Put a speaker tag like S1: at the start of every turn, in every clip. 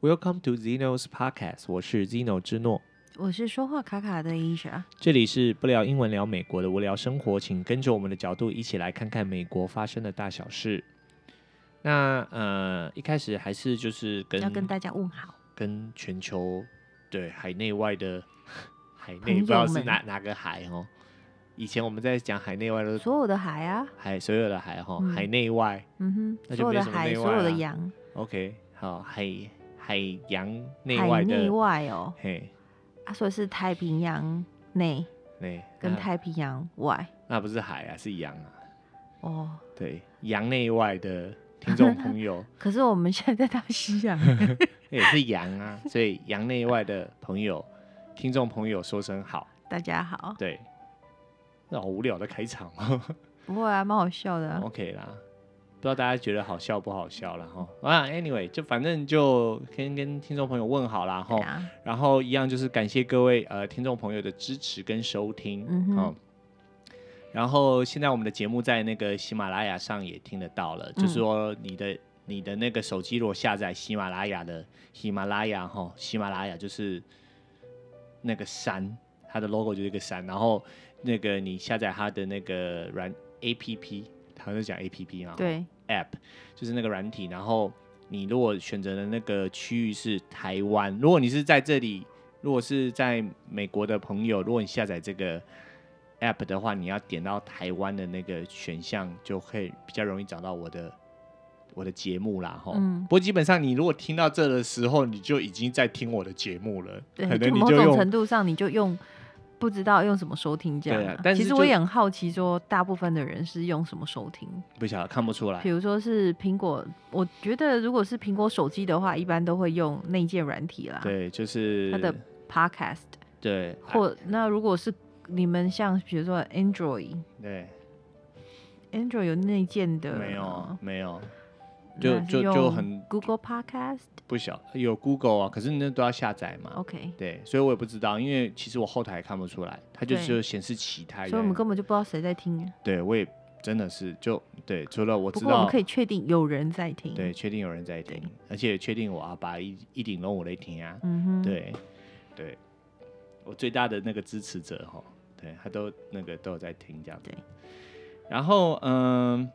S1: Welcome to Zeno's Podcast，我是 Zeno 之诺，
S2: 我是说话卡卡的伊莎。
S1: 这里是不聊英文聊美国的无聊生活，请跟着我们的角度一起来看看美国发生的大小事。那呃，一开始还是就是跟
S2: 要跟大家问好，
S1: 跟全球对海内外的海
S2: 朋
S1: 内
S2: 友
S1: 不知道是
S2: 们
S1: 哪哪个海哦。以前我们在讲海内外都是
S2: 所有的海啊，
S1: 海所有的海哈、哦，
S2: 嗯
S1: 海内外
S2: 嗯
S1: 那就
S2: 哼，所有
S1: 没
S2: 的
S1: 什么
S2: 海，
S1: 内
S2: 所
S1: 外
S2: 有
S1: 啊
S2: 的洋，
S1: OK 好海海洋内
S2: 海
S1: 外的
S2: 内外哦，
S1: 嘿
S2: 啊，所以是太平洋内
S1: 对
S2: 跟
S1: 那
S2: 太平洋外
S1: 那不是海啊是洋啊
S2: 哦。
S1: 对洋内外的听众朋友
S2: 可是我们 现在在大西洋，
S1: 也是洋啊，所以洋内外的朋友听众朋友说声好，
S2: 大家好，
S1: 对，那好无聊的开场哦。
S2: 不会啊，蛮好笑的啊、
S1: OK 啦，不知道大家觉得好笑不好笑啦哈。啊，anyway，就反正就先跟听众朋友问好啦哈
S2: 对。啊，
S1: 然后一样就是感谢各位呃听众朋友的支持跟收听，
S2: 嗯哼
S1: 哦然后现在我们的节目在那个喜马拉雅上也听得到了，就是说你的你的那个手机如果下载喜马拉雅的喜马拉雅哈、喜马拉雅就是那个山，它的 logo 就是一个山，然后那个你下载它的那个软 APP，好像是讲 APP 嘛，
S2: 对，
S1: App，就是那个软体。然后你如果选择的那个区域是台湾，如果你是在这里，如果是在美国的朋友，如果你下载这个 App 的话，你要点到台湾的那个选项，就可以比较容易找到我的我的节目啦。哈、
S2: 嗯
S1: 不过基本上你如果听到这的时候，你就已经在听我的节目了，
S2: 对
S1: 可，能
S2: 就
S1: 你
S2: 某
S1: 就
S2: 种
S1: 用
S2: 程度上，你就用不知道用什么收听这样、
S1: 对啊但
S2: 其
S1: 是
S2: 实我
S1: 就
S2: 也很好奇，说大部分的人是用什么收听？
S1: 不晓得看不出来
S2: 比。如说是苹果，我觉得如果是苹果手机的话，一般都会用内建软体啦，
S1: 对，就是
S2: 它的 Podcast，
S1: 对
S2: 或、那如果是你们像比如说 Android，Android
S1: 对
S2: 有内建的，
S1: 没有没有，
S2: 那
S1: 就是就就
S2: 用
S1: 很
S2: Google Podcast，OK，、
S1: 不晓有 Google 啊，可是那都要下载嘛。
S2: 哦
S1: 对，所以我也不知道，因为其实我后台也看不出来，它就
S2: 对
S1: 只有显示其他人。
S2: 所以我们根本就不知道谁在听啊。
S1: 对我也真的是就对，除了我
S2: 不
S1: 知
S2: 过我
S1: 道
S2: 们可以确定有人在听，
S1: 对，，确定有人在听
S2: 对，
S1: 而且确定我阿爸一一顶龙我在听啊，
S2: 嗯哼，，
S1: 对对，我最大的那个支持者哈，对他都那个都有在听这样子。
S2: 对
S1: 然后嗯，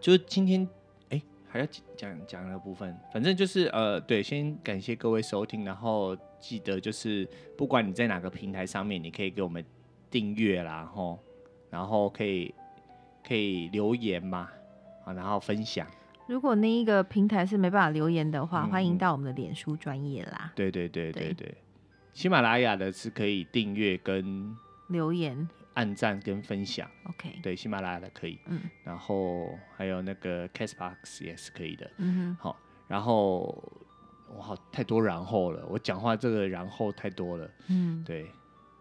S1: 就是今天哎还要讲讲那个部分，反正就是呃对，先感谢各位收听，然后记得就是不管你在哪个平台上面，你可以给我们订阅啦吼，然后可以可以留言嘛。啊，然后分享，
S2: 如果那一个平台是没办法留言的话，
S1: 嗯
S2: 欢迎
S1: 嗯
S2: 到我们的脸书专业啦
S1: 对对对对
S2: 对
S1: 对，喜马拉雅的是可以订阅跟
S2: 留言
S1: 按赞跟分享，
S2: ，OK，
S1: 对，喜马拉雅的可以，
S2: 嗯
S1: 然后还有那个 Castbox 也是可以的。
S2: 嗯
S1: 好，然后我好太多然后了，我讲话这个然后太多了，
S2: 哼嗯，
S1: 对，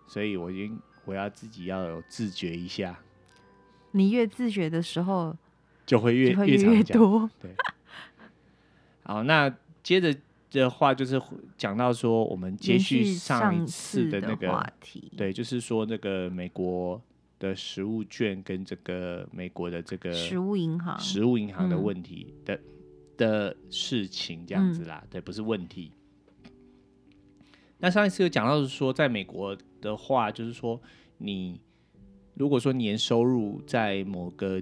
S1: 所以我已经我要自己要有自觉一下，
S2: 你越自觉的时候，
S1: 就会越
S2: 就会
S1: 越
S2: 越
S1: 常讲。
S2: 多。
S1: 好，那接着的话就是讲到说我们接
S2: 延
S1: 续
S2: 续
S1: 上一次
S2: 次
S1: 的那个
S2: 话题，，
S1: 对，就是说那个美国的食物券跟这个美国的这个
S2: 食物银行，
S1: 食物银行的
S2: 嗯
S1: 问题的、的事情这样子啦，对，不是问题。那上一次有讲到是说，在美国的话，就是说你如果说年收入在某个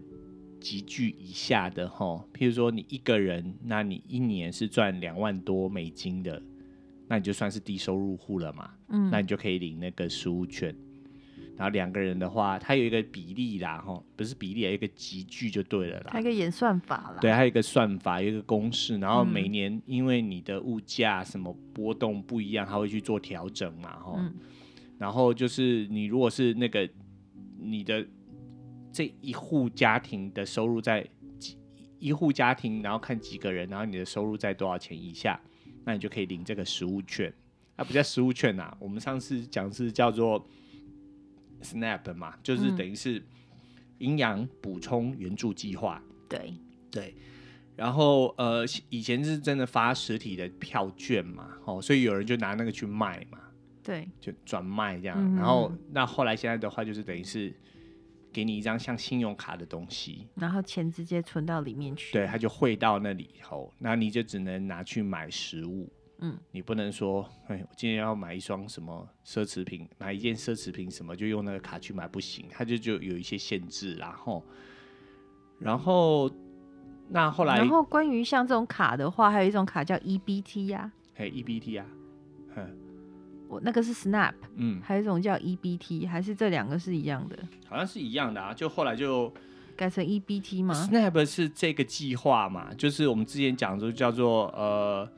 S1: 集聚以下的哈，譬如说你一个人，那你一年是赚两万多美金的，那你就算是低收入户了嘛。
S2: 嗯，
S1: 那你就可以领那个食物券。然后两个人的话，它有一个比例啦，哈，不是比例，有一个集聚就对了
S2: 它
S1: 啦
S2: 一。个演算法啦，
S1: 对，啊还有一个算法，有一个公式，然后
S2: 嗯
S1: 每年因为你的物价什么波动不一样，它会去做调整嘛，哈、
S2: 嗯
S1: 然后就是你如果是那个你的这一户家庭的收入在几一户家庭，然后看几个人，然后你的收入在多少钱以下，那你就可以领这个食物券。啊，不叫食物券啊，我们上次讲是叫做 SNAP 嘛，就是
S2: 嗯
S1: 等于是营养补充援助计划。
S2: 对，
S1: 对，然后呃，以前是真的发实体的票券嘛，哦，所以有人就拿那个去卖嘛，
S2: 对，
S1: 就转卖这样。
S2: 嗯
S1: 然后那后来现在的话，就是等于是给你一张像信用卡的东西，
S2: 然后钱直接存到里面去。
S1: 对，它就汇到那里以后，那你就只能拿去买食物。
S2: 嗯，
S1: 你不能说，哎，我今天要买一双什么奢侈品，买一件奢侈品什么，就用那个卡去买不行，它就就有一些限制。然后，然后那后来
S2: 然后关于像这种卡的话，还有一种卡叫 EBT 呀、
S1: 哎 EBT 啊，嗯
S2: 我那个是 Snap，
S1: 嗯，
S2: 还有一种叫 EBT，还是这两个是一样的，
S1: 好像是一样的啊。就后来就
S2: 改成 EBT 吗？
S1: Snap 是这个计划嘛，就是我们之前讲的就叫做呃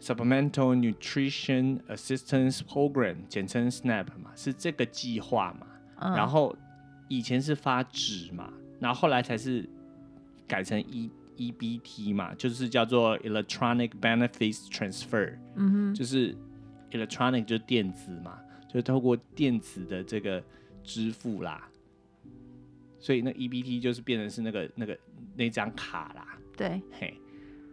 S1: Supplemental Nutrition Assistance Program，简称 Snap 嘛，是这个计划嘛。
S2: 嗯，
S1: 然后以前是发纸嘛，然后后来才是改成 E EBT 嘛，就是叫做 Electronic Benefits Transfer，
S2: 嗯哼，
S1: 就是 Electronic 就是电子嘛，就是透过电子的这个支付啦。所以那 EBT 就是变成是那个那个那张卡啦，
S2: 对，
S1: 嘿，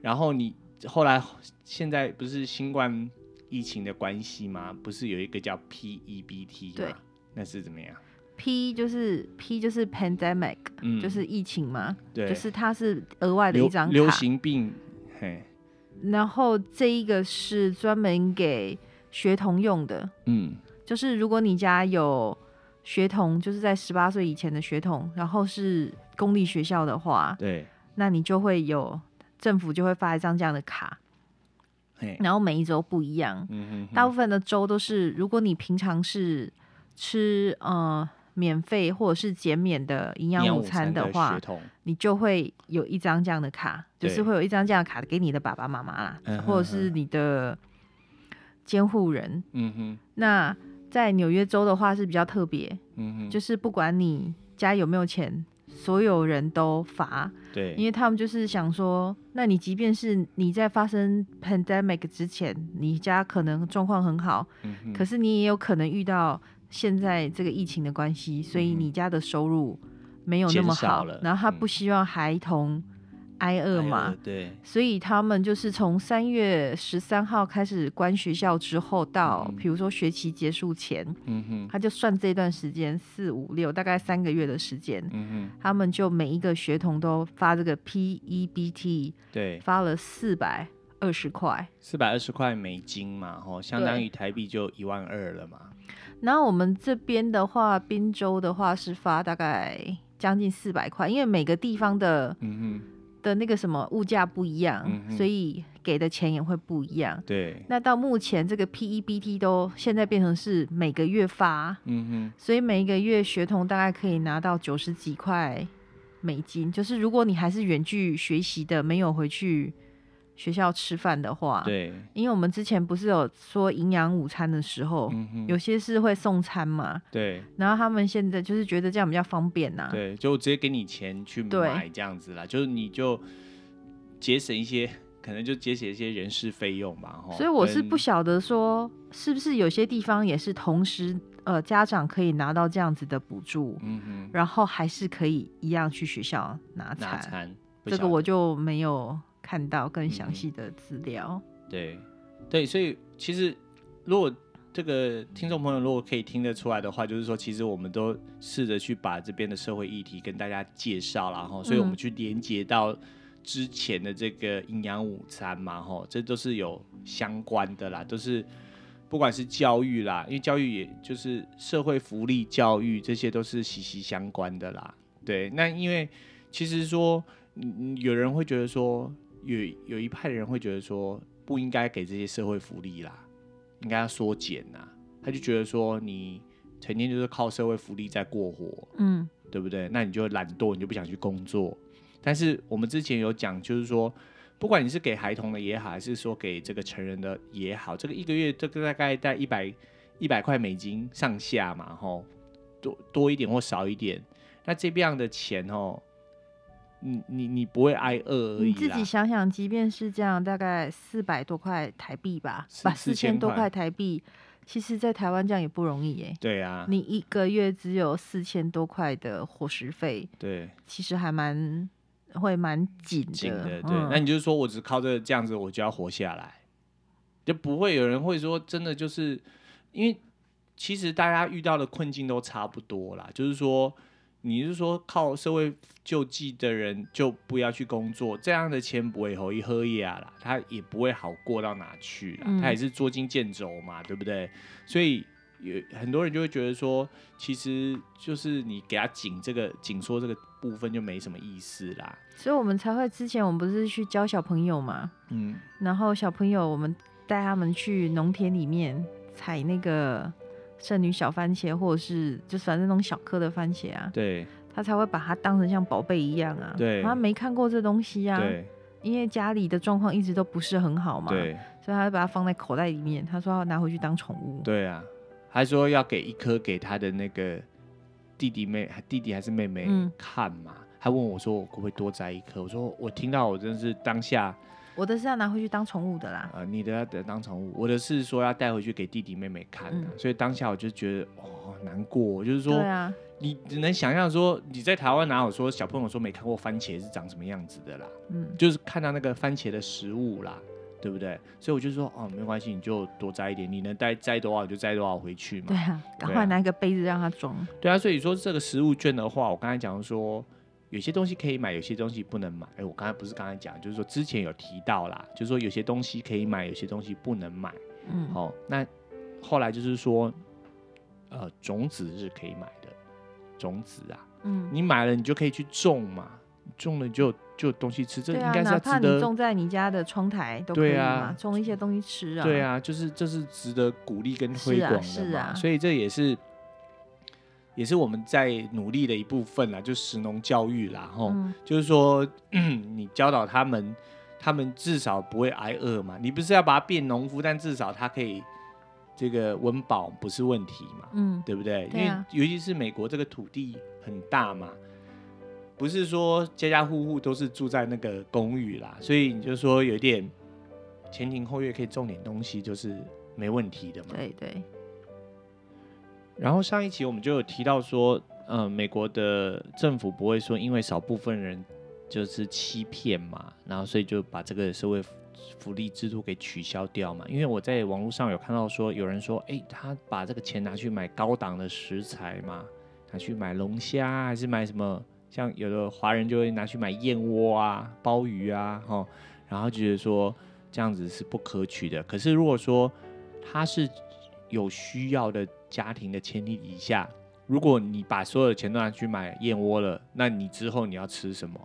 S1: 然后你后来现在不是新冠疫情的关系吗？不是有一个叫 PEBT 吗？
S2: 对，
S1: 那是怎么样？
S2: P 就是 P 就是 pandemic，、
S1: 嗯
S2: 就是疫情嘛，
S1: 对，
S2: 就是它是额外的一
S1: 流
S2: 张
S1: 流
S2: 卡，
S1: 行病，嘿，
S2: 然后这一个是专门给学童用的，
S1: 嗯
S2: 就是如果你家有学童，就是在十八岁以前的学童，然后是公立学校的话，
S1: 对，
S2: 那你就会有政府就会发一张这样的卡，
S1: 嘿，
S2: 然后每一周不一样，
S1: 嗯哼
S2: 大部分的州都是，如果你平常是吃呃免费或者是减免的营养午餐
S1: 的
S2: 话
S1: 血，统，
S2: 你就会有一张这样的卡，就
S1: 对
S2: 是会有一张这样的卡给你的爸爸妈妈啦，
S1: 嗯哼
S2: 或者是你的监护人。
S1: 嗯哼，
S2: 那在纽约州的话是比较特别，
S1: 嗯哼，
S2: 就是不管你家有没有钱，所有人都罚，
S1: 对，
S2: 因为他们就是想说，那你即便是你在发生 pandemic 之前，你家可能状况很好，
S1: 嗯哼
S2: 可是你也有可能遇到现在这个疫情的关系，所以你家的收入没有那么
S1: 嗯减少
S2: 好
S1: 了，嗯
S2: 然后他不希望孩童挨饿嘛，
S1: 哎呦对，
S2: 所以他们就是从三月十三号开始关学校之后到，
S1: 嗯
S2: 比如说学期结束前，
S1: 嗯哼，
S2: 他就算这段时间四五六大概三个月的时间。
S1: 嗯
S2: 他们就每一个学童都发这个 PEBT，
S1: 哼，对，
S2: 发了四百二十块，
S1: 四百二十块美金嘛，哦，相当
S2: 对
S1: 于台币就一万二了嘛，
S2: 然后我们这边的话，滨州的话是发大概将近四百块，因为每个地方的
S1: 嗯哼，
S2: 的那个什么物价不一样，
S1: 嗯哼
S2: 所以给的钱也会不一样。
S1: 对，
S2: 那到目前这个 PEBT 都现在变成是每个月发，
S1: 嗯哼，
S2: 所以每一个月学童大概可以拿到九十几块美金。就是如果你还是远距学习的，没有回去学校吃饭的话，，
S1: 对，
S2: 因为我们之前不是有说营养午餐的时候，
S1: 嗯哼，
S2: 有些是会送餐嘛，
S1: 对
S2: 然后他们现在就是觉得这样比较方便呐、
S1: 对，就直接给你钱去
S2: 啊对
S1: 买这样子啦，就是你就节省一些，可能就节省一些人事费用吧，哦，
S2: 所以我是
S1: 跟
S2: 不晓得说是不是有些地方也是同时，呃，家长可以拿到这样子的补助，
S1: 嗯哼，
S2: 然后还是可以一样去学校拿
S1: 拿
S2: 餐。
S1: 餐，不
S2: 这
S1: 晓
S2: 个
S1: 得
S2: 我就没有看到更
S1: 嗯
S2: 详
S1: 哼
S2: 细的资料。
S1: 对，对，所以其实如果这个听众朋友如果可以听得出来的话，就是说，其实我们都试着去把这边的社会议题跟大家介绍啦，哈，所以我们
S2: 嗯
S1: 去连接到之前的这个营养午餐嘛，哈，这都是有相关的啦，都是。不管是教育啦，因为教育也就是社会福利、教育，这些都是息息相关的啦。对，那因为其实说，嗯，有人会觉得说，有有一派的人会觉得说，不应该给这些社会福利啦，应该要缩减呐。他就觉得说，你成天就是靠社会福利在过活，
S2: 嗯，
S1: 对不对？那你就懒惰，你就不想去工作。但是我们之前有讲，就是说，不管你是给孩童的也好，还是说给这个成人的也好，这个一个月这个大概在一百一百块美金上下嘛，吼，多多一点或少一点，那这样的钱哦，你你你不会挨饿而已
S2: 你
S1: 啦。
S2: 自己想想，即便是这样，大概四百多块台币吧，
S1: 四
S2: 把
S1: 四
S2: 四
S1: 千
S2: 千多
S1: 块
S2: 块台币，其实在台湾这样也不容易耶、
S1: 对啊，
S2: 你一个月只有四千多块的伙食费，
S1: 对
S2: 其实还蛮会蛮紧的。
S1: 紧的，对。
S2: 嗯、
S1: 那你就说我只靠这个这样子，我就要活下来，就不会有人会说真的就是因为其实大家遇到的困境都差不多啦，就是说你是说靠社会救济的人就不要去工作，这样的钱不会好一喝一啊啦，他也不会好过到哪去啦，
S2: 嗯
S1: 他也是捉襟见肘嘛，对不对？所以有很多人就会觉得说，其实就是你给他紧这个紧缩这个部分就没什么意思啦。
S2: 所以我们才会之前我们不是去教小朋友嘛，
S1: 嗯，
S2: 然后小朋友我们带他们去农田里面采那个剩女小番茄，或者是就反正那种小颗的番茄啊，
S1: 对
S2: 他才会把它当成像宝贝一样啊。
S1: 对
S2: 他没看过这东西啊，
S1: 对
S2: 因为家里的状况一直都不是很好嘛，
S1: 对
S2: 所以他会把它放在口袋里面，他说要拿回去当宠物。
S1: 对啊，还说要给一颗给他的那个弟弟妹弟弟还是妹妹
S2: 嗯
S1: 看嘛，他问我说我可不可以多摘一颗，我说我听到我真是当下。
S2: 我的是要拿回去当宠物的啦。
S1: 呃，你的要得当宠物，我的是说要带回去给弟弟妹妹看、啊
S2: 嗯
S1: 所以当下我就觉得哦难过，就是
S2: 对
S1: 说、
S2: 啊，
S1: 你只能想象说你在台湾哪有说小朋友说没看过番茄是长什么样子的啦，
S2: 嗯，
S1: 就是看到那个番茄的食物啦，对不对？所以我就说哦没关系，你就多摘一点，你能带摘多少就摘多少回去
S2: 对
S1: 嘛。
S2: 啊，赶
S1: 对
S2: 快
S1: 啊
S2: 拿一个杯子让它装。
S1: 对啊，所以说这个食物券的话，我刚才讲说。有些东西可以买，有些东西不能买。哎，我刚才不是刚才讲，就是说之前有提到啦，就是说有些东西可以买，有些东西不能买。
S2: 嗯，
S1: 好、那后来就是说，呃，种子是可以买的，种子啊，
S2: 嗯，
S1: 你买了你就可以去种嘛，种了你就就有东西吃，这
S2: 对
S1: 应
S2: 啊，
S1: 该是要
S2: 哪
S1: 值
S2: 怕你
S1: 得，
S2: 种在你家的窗台都可以
S1: 对
S2: 嘛，
S1: 啊
S2: 种一些东西吃啊。
S1: 对，啊，就是这是值得鼓励跟推
S2: 是啊
S1: 广的嘛，
S2: 是啊
S1: 所以这也是也是我们在努力的一部分啦，就食农教育啦，吼，
S2: 嗯，
S1: 就是说 你教导他们，他们至少不会挨饿嘛。你不是要把他变农夫，但至少他可以这个温饱不是问题嘛，
S2: 嗯，
S1: 对不对？
S2: 对啊
S1: 因为尤其是美国这个土地很大嘛，不是说家家户户都是住在那个公寓啦，所以你就说有点前庭后院可以种点东西，就是没问题的嘛。
S2: 对对，
S1: 然后上一期我们就有提到说，呃，美国的政府不会说因为少部分人就是欺骗嘛，然后所以就把这个社会福福利制度给取消掉嘛。因为我在网络上有看到说，有人说，诶，他把这个钱拿去买高档的食材嘛，拿去买龙虾啊还是买什么？像有的华人就会拿去买燕窝啊、鲍鱼啊，哦，然后觉得说这样子是不可取的。可是如果说他是有需要的家庭的前提底下，如果你把所有的钱都拿去买燕窝了，那你之后你要吃什么？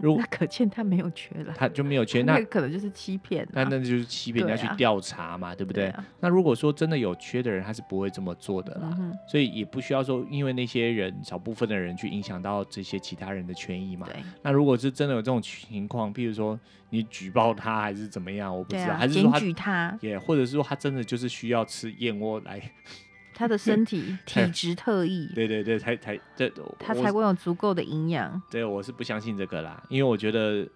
S1: 如果
S2: 那可见他没有缺了，
S1: 他就没有钱，
S2: 那
S1: 那
S2: 个可能就是欺骗啊。
S1: 那那就是欺骗人家
S2: 对啊
S1: 去调查嘛，对不对？
S2: 啊？
S1: 那如果说真的有缺的人，他是不会这么做的啦
S2: 嗯。哼，
S1: 所以也不需要说，因为那些人少部分的人去影响到这些其他人的权益嘛。
S2: 对，
S1: 那如果是真的有这种情况，譬如说你举报他还是怎么样，我不
S2: 对
S1: 知道，
S2: 啊，
S1: 还是说
S2: 检
S1: 他
S2: 举他，
S1: 也或者是说他真的就是需要吃燕窝来，
S2: 他的身体 体质特异，
S1: 对对对，才才这
S2: 他
S1: 我
S2: 才会有足够的营养。
S1: 对我是不相信这个啦，因为我觉得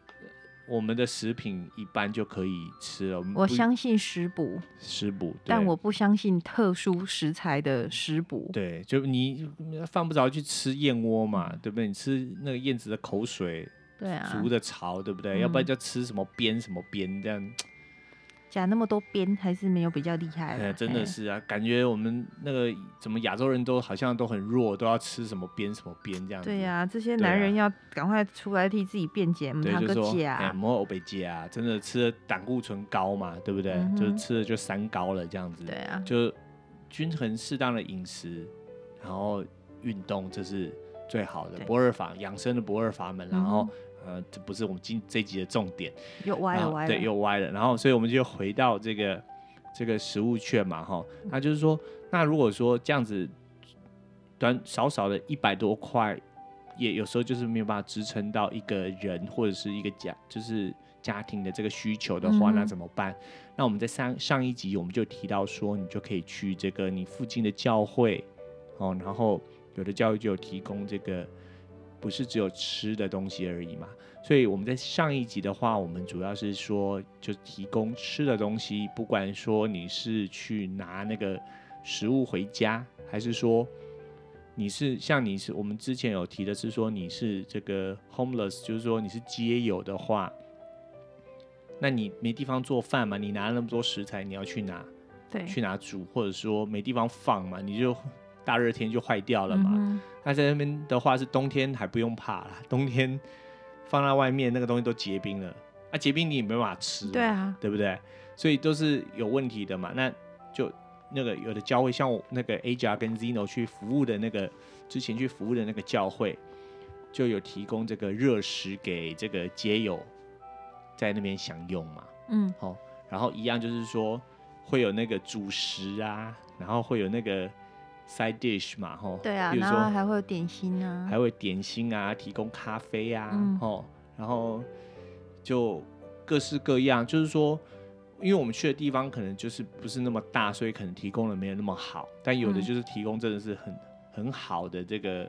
S1: 我们的食品一般就可以吃了，们
S2: 我
S1: 嗯不
S2: 相信食补，
S1: 食补，
S2: 但
S1: 对
S2: 我不相信特殊食材的食补。
S1: 对，就你犯不着去吃燕窝嘛，对不对？你吃那个燕子的口水，
S2: 对啊，
S1: 竹的巢，对不对？要不然
S2: 嗯
S1: 就吃什么边什么边这样，
S2: 假那么多边还是没有比较厉害啦、
S1: 哎，真的
S2: 嘿
S1: 是啊，感觉我们那个怎么亚洲人都好像都很弱，都要吃什么边什么边这样子。
S2: 对呀、这些
S1: 对
S2: 男
S1: 啊
S2: 人要赶快出来替自己辩解，嗯
S1: 对，
S2: 他
S1: 就
S2: 个
S1: 说
S2: 姐
S1: 哎，
S2: 啊，
S1: 莫欧贝戒啊，真的吃了胆固醇高嘛，对不对？
S2: 嗯哼
S1: 就是吃了就三高了这样子。
S2: 对啊，
S1: 就均衡适当的饮食，然后运动，这是最好的
S2: 对
S1: 不二法养生的不二法门。然后
S2: 嗯、
S1: 呃，这不是我们今这一集的重点，
S2: 又歪
S1: 然
S2: 了
S1: 后
S2: 歪了，
S1: 啊对，又歪了。然后所以我们就回到这个这个食物券嘛，哈，
S2: 嗯
S1: 那就是说，那如果说这样子短少少的一百多块，也有时候就是没有办法支撑到一个人或者是一个家，就是家庭的这个需求的话，
S2: 嗯哼
S1: 那怎么办？那我们在上上一集我们就提到说，你就可以去这个你附近的教会哦，然后有的教会就有提供这个。不是只有吃的东西而已嘛，所以我们在上一集的话，我们主要是说就提供吃的东西，不管说你是去拿那个食物回家，还是说你是像你是我们之前有提的是说你是这个 homeless，就是说你是街友的话，那你没地方做饭嘛，你拿了那么多食材，你要去哪
S2: 对
S1: 去哪煮，或者说没地方放嘛，你就大热天就坏掉了嘛。
S2: 嗯
S1: 那在那边的话是冬天还不用怕啦，冬天放在外面那个东西都结冰了，啊结冰你也没办法吃、
S2: 哼，对，啊，
S1: 对不对？所以都是有问题的嘛。那就那个有的教会，像我那个 AJR 跟 Zeno 去服务的那个之前去服务的那个教会，就有提供这个热食给这个街友在那边享用嘛。
S2: 嗯
S1: 哦，然后一样就是说会有那个主食啊，然后会有那个 side dish 嘛，吼、
S2: 对啊，
S1: 比如
S2: 然后
S1: 说
S2: 还会有点心啊，
S1: 还会点心啊，提供咖啡啊，
S2: 嗯
S1: 吼、然后就各式各样，就是说。因为我们去的地方可能就是不是那么大，所以可能提供的没有那么好，但有的
S2: 嗯
S1: 就是提供真的是很、很好的这个，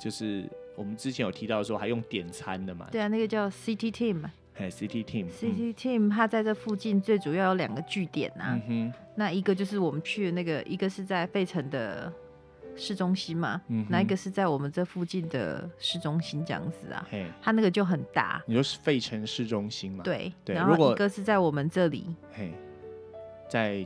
S1: 就是我们之前有提到说还用点餐的嘛，
S2: 对啊，那个叫 City Team，City
S1: 哎，City Team，
S2: Team 它在这附近最主要有两个据点啊，
S1: 嗯嗯哼，
S2: 那一个就是我们去的那个，一个是在费城的市中心嘛，
S1: 嗯哼
S2: 那一个是在我们这附近的市中心这样子啊，
S1: 嘿，
S2: 它那个就很大，
S1: 你说是费城市中心嘛？啊
S2: 对，
S1: 对
S2: 然
S1: 如
S2: 后
S1: 果
S2: 一个是在我们这里，
S1: 嘿，在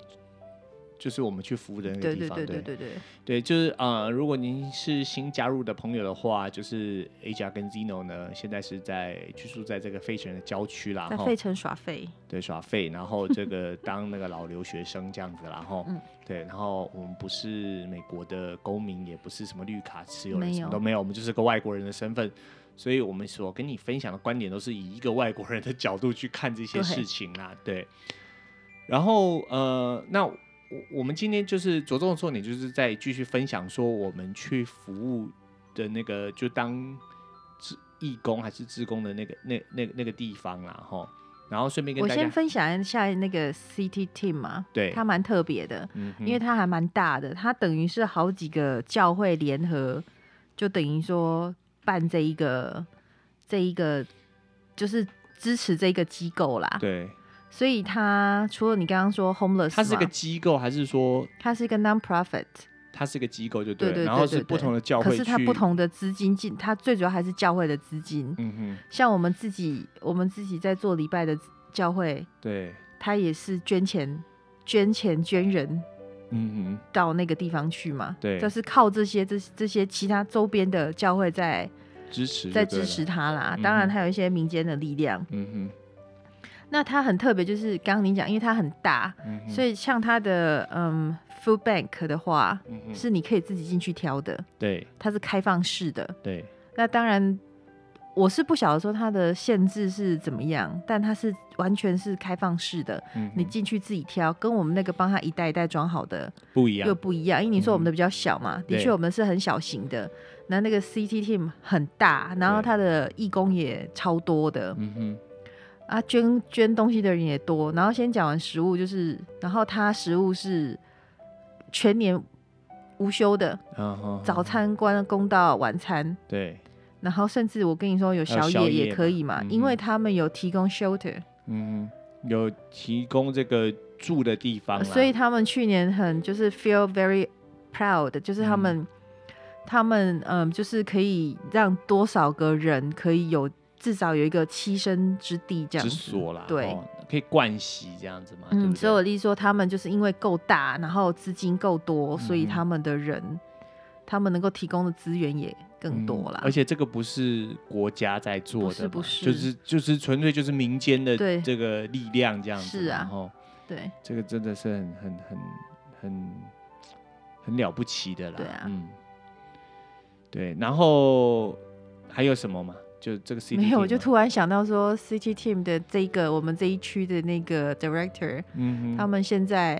S1: 就是我们去服务的那个
S2: 对
S1: 地
S2: 对
S1: 方，
S2: 对
S1: 对
S2: 对对对，
S1: 对就是呃，如果您是新加入的朋友的话，就是 A 加跟 Zino 呢，现在是在居住在这个费城的郊区啦，
S2: 在
S1: 哈
S2: 费，城耍费，
S1: 对，耍费，然后这 个当那个老留学生这样子啦，哈，
S2: 嗯
S1: 对，然后我们不是美国的公民，也不是什么绿卡持有人，
S2: 没
S1: 什么
S2: 有
S1: 都没有，我们就是个外国人的身份。所以我们所跟你分享的观点都是以一个外国人的角度去看这些
S2: 对
S1: 事情啦，对。然后呃，那我我们今天就是着重的重点就是在继续分享说我们去服务的那个就当志义工还是志工的那个那那那个地方啦，哈。然后顺便跟
S2: 我
S1: 大
S2: 先
S1: 家，
S2: 分享一下那个 City Team 嘛，
S1: 对
S2: 它蛮特别的，
S1: 嗯哼，
S2: 因为它还蛮大的，它等于是好几个教会联合，就等于说办这一个这一个就是支持这个机构啦。
S1: 对，
S2: 所以它除了你刚刚说 homeless，
S1: 它是
S2: 嘛
S1: 个机构还是说
S2: 它是一个 non-profit，
S1: 它是个机构就
S2: 对
S1: 了
S2: 对
S1: 然后
S2: 对对
S1: 是不
S2: 对
S1: 同的教会
S2: 可
S1: 去，
S2: 是它不，同的资金进，它最主要还是教会的资金。
S1: 嗯哼，
S2: 像我们自己，我们自己在做礼拜的教会，
S1: 对，
S2: 它也是捐钱、捐钱、捐人
S1: 嗯哼，
S2: 到那个地方去嘛。
S1: 对
S2: 就是靠这些这这些其他周边的教会在
S1: 支持就
S2: 在
S1: 对
S2: 支
S1: 了
S2: 持，他啦
S1: 嗯。哼
S2: 当然，还有一些民间的力量。
S1: 嗯
S2: 那它很特别，就是刚刚你讲，因为它很大，
S1: 哼，嗯哼，
S2: 所
S1: 以
S2: 以像它的嗯 food bank 的话，
S1: 嗯哼，
S2: 是你可以自己进去挑的，
S1: 对
S2: 它是开放式的。
S1: 对，
S2: 那当然，我是不晓得说它的限制是怎么样，但它是完全是开放式的，
S1: 嗯哼
S2: 你进去自己挑，跟我们那个帮他一袋一袋装好的
S1: 不一样嗯
S2: 又，不一样。因为你说我们的比较小嘛，
S1: 对
S2: 的确我们是很小型的，那那个 CT team 很大，然后
S1: 对
S2: 它的义工也超多的
S1: 嗯哼，
S2: 啊，捐捐东西的人也多。然后先讲完食物，就是然后它食物是全年无休的，
S1: 啊哈，
S2: 早餐关工到晚餐。
S1: 对，
S2: 然后甚至我跟你说有
S1: 还有
S2: 小
S1: 宵
S2: 野
S1: 夜
S2: 也可以
S1: 嘛
S2: 嘛，
S1: 嗯
S2: 因为
S1: 哼
S2: 他们有提供 shelter，、
S1: 嗯哼，有提供这个住的地方啦，
S2: 呃所以他们去年很就是 feel very proud，就是他们、
S1: 嗯
S2: 他们嗯就是可以让多少个人可以有至少有一个栖身之地这样
S1: 之
S2: 子。
S1: 所啦，
S2: 对
S1: 哦可以灌洗这样子嘛，对
S2: 嗯，
S1: 不
S2: 所以我
S1: 对？
S2: 弟说他们就是因为够大，然后资金够多，所以
S1: 嗯哼
S2: 他们的人，他们能够提供的资源也更多啦。
S1: 嗯而且这个不是国家在做
S2: 不
S1: 的
S2: 是
S1: 嘛，
S2: 不是
S1: 就是就是纯粹就是民间的
S2: 对
S1: 这个力量这样子嘛，
S2: 是啊
S1: 然后
S2: 对，
S1: 这个真的是很很很很很了不起的啦。
S2: 对啊
S1: 嗯，对。然后还有什么吗？就这个 C
S2: 没有，我就突然想到说，City Team 的这一个我们这一区的那个 director，、
S1: 嗯
S2: 他
S1: 哼，
S2: 们现在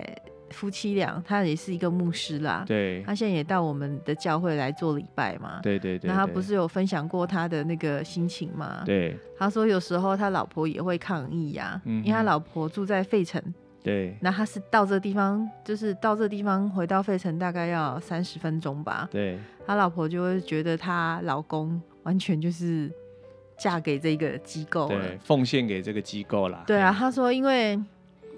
S2: 夫妻俩，他也是一个牧师啦，
S1: 对
S2: 他现在也到我们的教会来做礼拜嘛。
S1: 对对对，
S2: 那他
S1: 对
S2: 不是有分享过他的那个心情吗？
S1: 对
S2: 他说有时候他老婆也会抗议呀、
S1: 嗯哼
S2: 因为他老婆住在费城，
S1: 对
S2: 那他是到这地方，就是到这地方回到费城大概要三十分钟吧。
S1: 对
S2: 他老婆就会觉得她老公完全就是嫁给这个机构了
S1: 对，。奉献给这个机构啦。
S2: 对啊，
S1: 嘿，
S2: 他说因为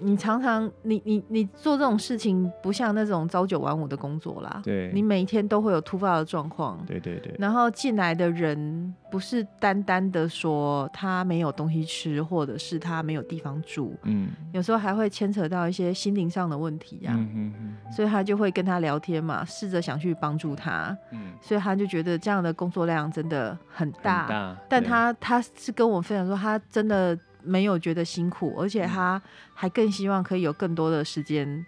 S2: 你常常你你你做这种事情，不像那种朝九晚五的工作啦，
S1: 对
S2: 你每天都会有突发的状况。
S1: 对对对，
S2: 然后进来的人不是单单的说他没有东西吃，或者是他没有地方住，
S1: 嗯，
S2: 有时候还会牵扯到一些心灵上的问题呀、
S1: 嗯嗯嗯
S2: 所以他就会跟他聊天嘛，试着想去帮助他，
S1: 嗯，
S2: 所以他就觉得这样的工作量真的很
S1: 很
S2: 大。
S1: 大，
S2: 但
S1: 对
S2: 他他是跟我分享说，他真的没有觉得辛苦，而且他还更希望可以有更多的时间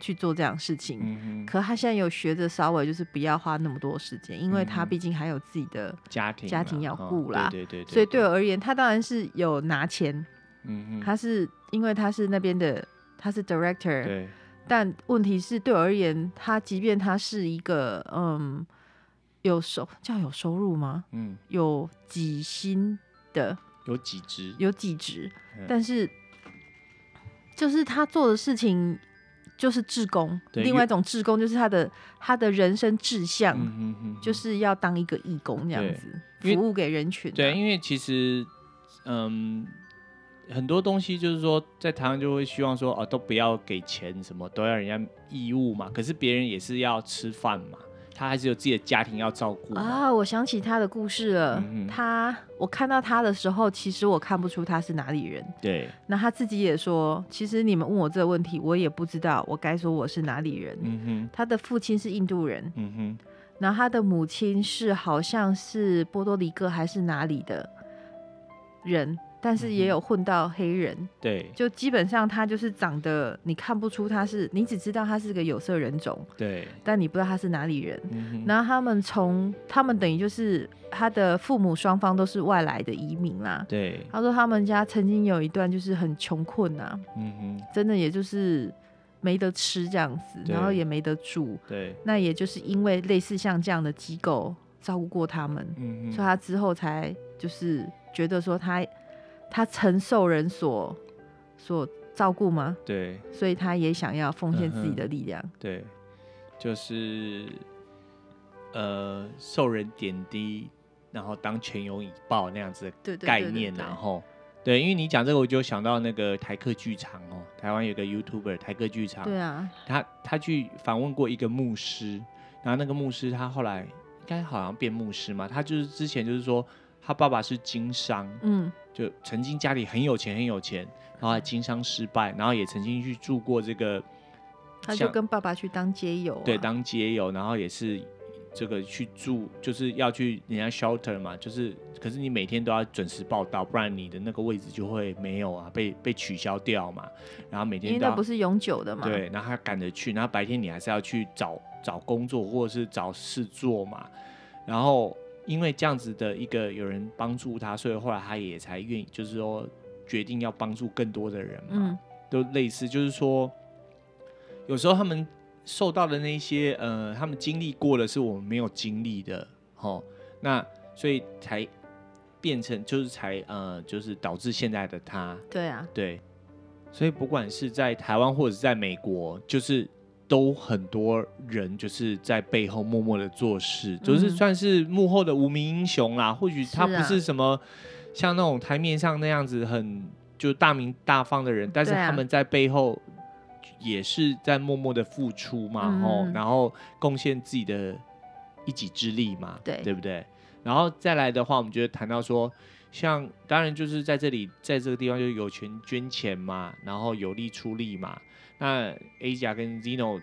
S2: 去做这样的事情。
S1: 嗯哼
S2: 可他现在有学着稍微就是不要花那么多时间，因为他
S1: 嗯
S2: 毕竟还有自己的，
S1: 家庭
S2: 家庭
S1: 啦
S2: 要
S1: 哈
S2: 顾啦
S1: 对对对，
S2: 所以对我，而言，他当然是有拿钱，
S1: 嗯哼，
S2: 他是因为他是那边的，他是 director，
S1: 对，
S2: 但问题是，对我而言，他即便他是一个嗯有收叫有收入吗？
S1: 嗯，
S2: 有几薪的，
S1: 有几只，
S2: 有几职
S1: 嗯，
S2: 但是就是他做的事情就是志工，
S1: 对
S2: 另外一种志工就是他的他的人生志向、
S1: 嗯哼哼哼，
S2: 就是要当一个义工这样
S1: 对
S2: 子，
S1: 因为
S2: 服务给人群、啊。
S1: 对，因为其实，嗯，很多东西就是说，在台湾就会希望说，哦，都不要给钱，什么都要人家义务嘛。可是别人也是要吃饭嘛，他还是有自己的家庭要照顾嘛。
S2: 啊，我想起他的故事了。
S1: 嗯哼
S2: 他我看到他的时候，其实我看不出他是哪里人。
S1: 对，
S2: 那他自己也说，其实你们问我这个问题，我也不知道我该说我是哪里人。
S1: 嗯哼，
S2: 他的父亲是印度人，
S1: 嗯哼，
S2: 然后他的母亲是好像是波多黎各还是哪里的人，但是
S1: 嗯
S2: 也有混到黑人，
S1: 对
S2: 就基本上他就是长得你看不出他是，你只知道他是个有色人种，
S1: 对，
S2: 但你不知道他是哪里人。
S1: 嗯哼，
S2: 然后他们从他们等于就是他的父母双方都是外来的移民啦。
S1: 对，
S2: 他说他们家曾经有一段就是很穷困啊，
S1: 嗯哼，
S2: 真的也就是没得吃这样子，
S1: 对
S2: 然后也没得住。
S1: 对，
S2: 那也就是因为类似像这样的机构照顾过他们，
S1: 嗯
S2: 所
S1: 哼，
S2: 以他之后才就是觉得说他他承受人所所照顾嘛，
S1: 对
S2: 所以他也想要奉献自
S1: 嗯
S2: 己的力量。
S1: 对，就是呃，受人点滴，然后当全勇以报那样子的
S2: 对对对
S1: 概
S2: 对
S1: 念，啊
S2: 对
S1: 然后对，因为你讲这个，我就想到那个台客剧场哦，台湾有个 YouTuber 台客剧场，
S2: 对啊，
S1: 他他去访问过一个牧师，然后那个牧师他后来应该好像变牧师嘛，他就是之前就是说他爸爸是经商，
S2: 嗯，
S1: 就曾经家里很有钱很有钱，然后还经商失败，然后也曾经去住过这个
S2: 他就
S1: 像
S2: 跟爸爸去当街友、啊，
S1: 对，当街友，然后也是这个去住，就是要去人家 shelter 嘛，就是可是你每天都要准时报到，不然你的那个位置就会没有啊，被被取消掉嘛。然后每
S2: 因为
S1: 天都
S2: 那
S1: 要
S2: 不是永久的嘛，
S1: 对，然后他赶着去，然后白天你还是要去找找工作或者是找事做嘛。然后因为这样子的一个有人帮助他，所以后来他也才愿意，就是说决定要帮助更多的人嘛。
S2: 嗯，
S1: 都类似，就是说，有时候他们受到的那些呃，他们经历过的是我们没有经历的，哦，那所以才变成就是才呃，就是导致现在的他，
S2: 对啊，
S1: 对，所以不管是在台湾或者是在美国，就是都很多人就是在背后默默的做事，就是
S2: 嗯
S1: 算是幕后的无名英雄啦。或许他
S2: 是
S1: 不
S2: 啊
S1: 是什么像那种台面上那样子很就大名大放的人，但是
S2: 对啊
S1: 他们在背后。也是在默默的付出嘛，
S2: 嗯
S1: 吼、
S2: 嗯
S1: 然后贡献自己的一己之力嘛，
S2: 对
S1: 对不对？然后再来的话，我们就会谈到说，像当然就是在这里，在这个地方就是有权捐钱嘛，然后有力出力嘛。那 A 甲跟 Zino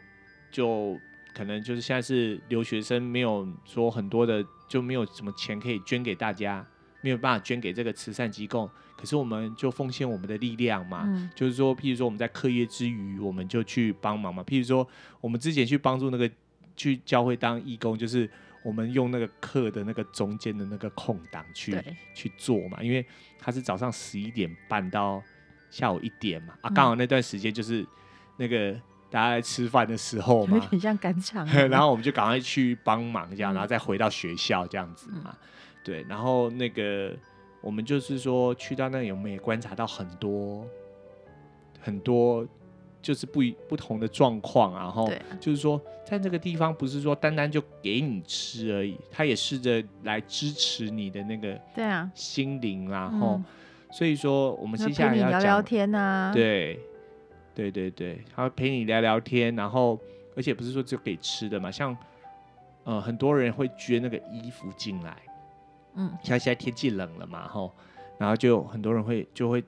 S1: 就可能就是现在是留学生，没有说很多的，就没有什么钱可以捐给大家，没有办法捐给这个慈善机构。可是我们就奉献我们的力量嘛，
S2: 嗯，
S1: 就是说，譬如说我们在课业之余，我们就去帮忙嘛。譬如说，我们之前去帮助那个去教会当义工，就是我们用那个课的那个中间的那个空档去
S2: 对，
S1: 去做嘛，因为他是早上十一点半到下午一点嘛，啊，
S2: 嗯
S1: 刚好那段时间就是那个大家在吃饭的时候
S2: 有
S1: 嘛，，
S2: 点像赶 场后
S1: 然后我们就赶快去帮忙这样，
S2: 嗯
S1: 然后再回到学校这样子嘛。对，然后那个我们就是说去到那里，我们也观察到很多很多就是不一不同的状况啊，然后
S2: 对啊
S1: 就是说在这个地方不是说单单就给你吃而已，他也试着来支持你的那个
S2: 对啊，
S1: 心灵啦，然
S2: 嗯
S1: 后、所以说我们
S2: 那
S1: 接下来
S2: 陪你
S1: 要
S2: 聊
S1: 讲
S2: 聊天啊，
S1: 对。对对对，他陪你聊聊天，然后而且不是说只有给吃的嘛，像呃很多人会捐那个衣服进来，
S2: 嗯，
S1: 像现在天气冷了嘛，吼，然后就有很多人会就会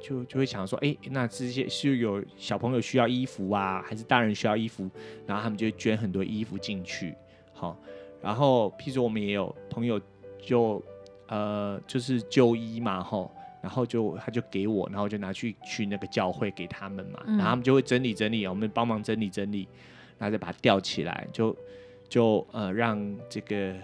S1: 就就会想说，哎，那这些是有小朋友需要衣服啊，还是大人需要衣服？然后他们就会捐很多衣服进去，好，然后譬如说我们也有朋友就呃就是就医嘛，吼。然后就他就给我，然后我就拿去去那个教会给他们嘛，
S2: 嗯
S1: 然后他们就会整理整理，我们帮忙整理整理，然后再把它吊起来，就就呃让这个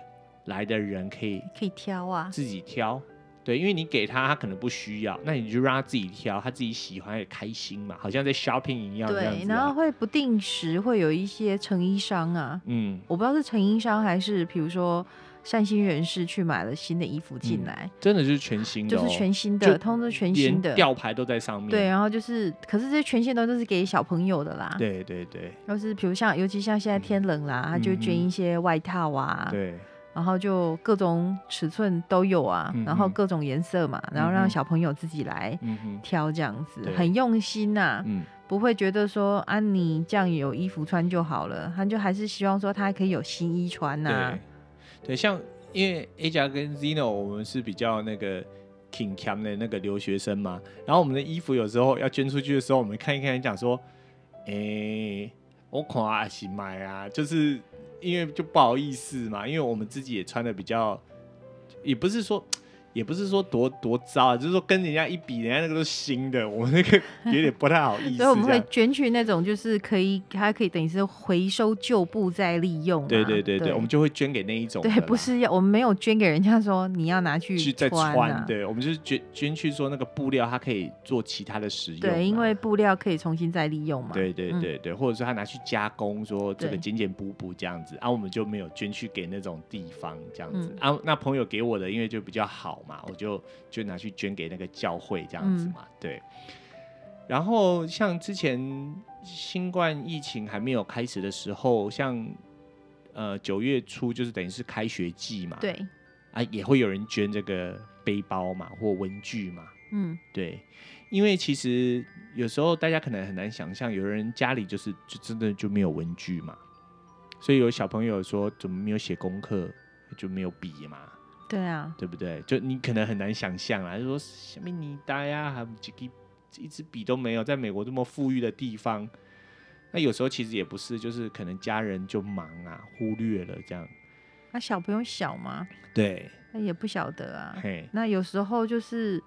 S1: 来的人可以
S2: 可以挑啊，
S1: 自己挑，对，因为你给他他可能不需要，那你就让他自己挑，他自己喜欢也开心嘛，好像在 shopping 一样这样
S2: 对，
S1: 子、
S2: 然后
S1: 啊。
S2: 会不定时会有一些成衣商啊，
S1: 嗯，
S2: 我不知道是成衣商还是比如说善心人士去买了新的衣服进来，
S1: 真的就是全新的、
S2: 就
S1: 哦，
S2: 是全新
S1: 嗯就
S2: 的，通通是全新的
S1: 连。吊牌都在上面。
S2: 对，然啊后就是，可是这些全新的都是给小朋友的啦。
S1: 对对对
S2: 要是比如像，尤其像
S1: 嗯
S2: 现在天冷啦，他就会捐一些外套啊，
S1: 对，
S2: 然后就各种尺寸都有啊，
S1: 嗯哼
S2: 然后各种颜色嘛，然
S1: 嗯
S2: 后让
S1: 哼
S2: 小朋友自己来
S1: 嗯哼，
S2: 挑这样子，
S1: 对
S2: 很用心呐、
S1: 嗯
S2: 不会觉得说啊你这样有衣服穿就好了，他就还是希望说他可以有新衣穿呐、
S1: 对，对，像因为 A 甲跟 Zino 我们是比较那个 King Cam 的那个留学生嘛，然后我们的衣服有时候要捐出去的时候，我们看一看，讲说，诶、我看阿西买啊，就是因为就不好意思嘛，因为我们自己也穿的比较，也不是说。也不是说多多糟啊，就是说跟人家一比，人家那个都是新的，我们那个 有点不太好意思。
S2: 所以我们
S1: 这
S2: 会
S1: 样
S2: 捐去那种就是可以，它可以等于是回收旧布再利用、啊。
S1: 对对对对，
S2: 对，
S1: 我们就会捐给那一种的啦。
S2: 对不是要我们没有捐给人家说你要拿去
S1: 去再
S2: 穿、啊，
S1: 穿，对，我们就是捐捐去说那个布料，它可以做其他的使用嘛。
S2: 对因为布料可以重新再利用嘛。
S1: 对对
S2: 嗯
S1: 对对，或者说他拿去加工，说这个
S2: 对
S1: 剪剪补补这样子，啊，我们就没有捐去给那种地方这样子、
S2: 嗯
S1: 啊。那朋友给我的，因为就比较好嘛，我就就拿去捐给那个教会这样子
S2: 嗯
S1: 嘛，对。然后像之前新冠疫情还没有开始的时候，像呃九月初就是等于是开学季嘛，
S2: 对，
S1: 啊，也会有人捐这个背包嘛或文具嘛，
S2: 嗯，
S1: 对，因为其实有时候大家可能很难想象，有人家里就是就真的就没有文具嘛，所以有小朋友说怎么没有写功课就没有笔嘛，
S2: 对啊，
S1: 对不对？就你可能很难想象啊，就说什么你大呀，还几个一支笔都没有，在美国这么富裕的地方，那有时候其实也不是，就是可能家人就忙啊，忽略了这样，
S2: 那、小朋友小嘛，
S1: 对，
S2: 那也不晓得啊。
S1: 嘿，
S2: 那有时候就是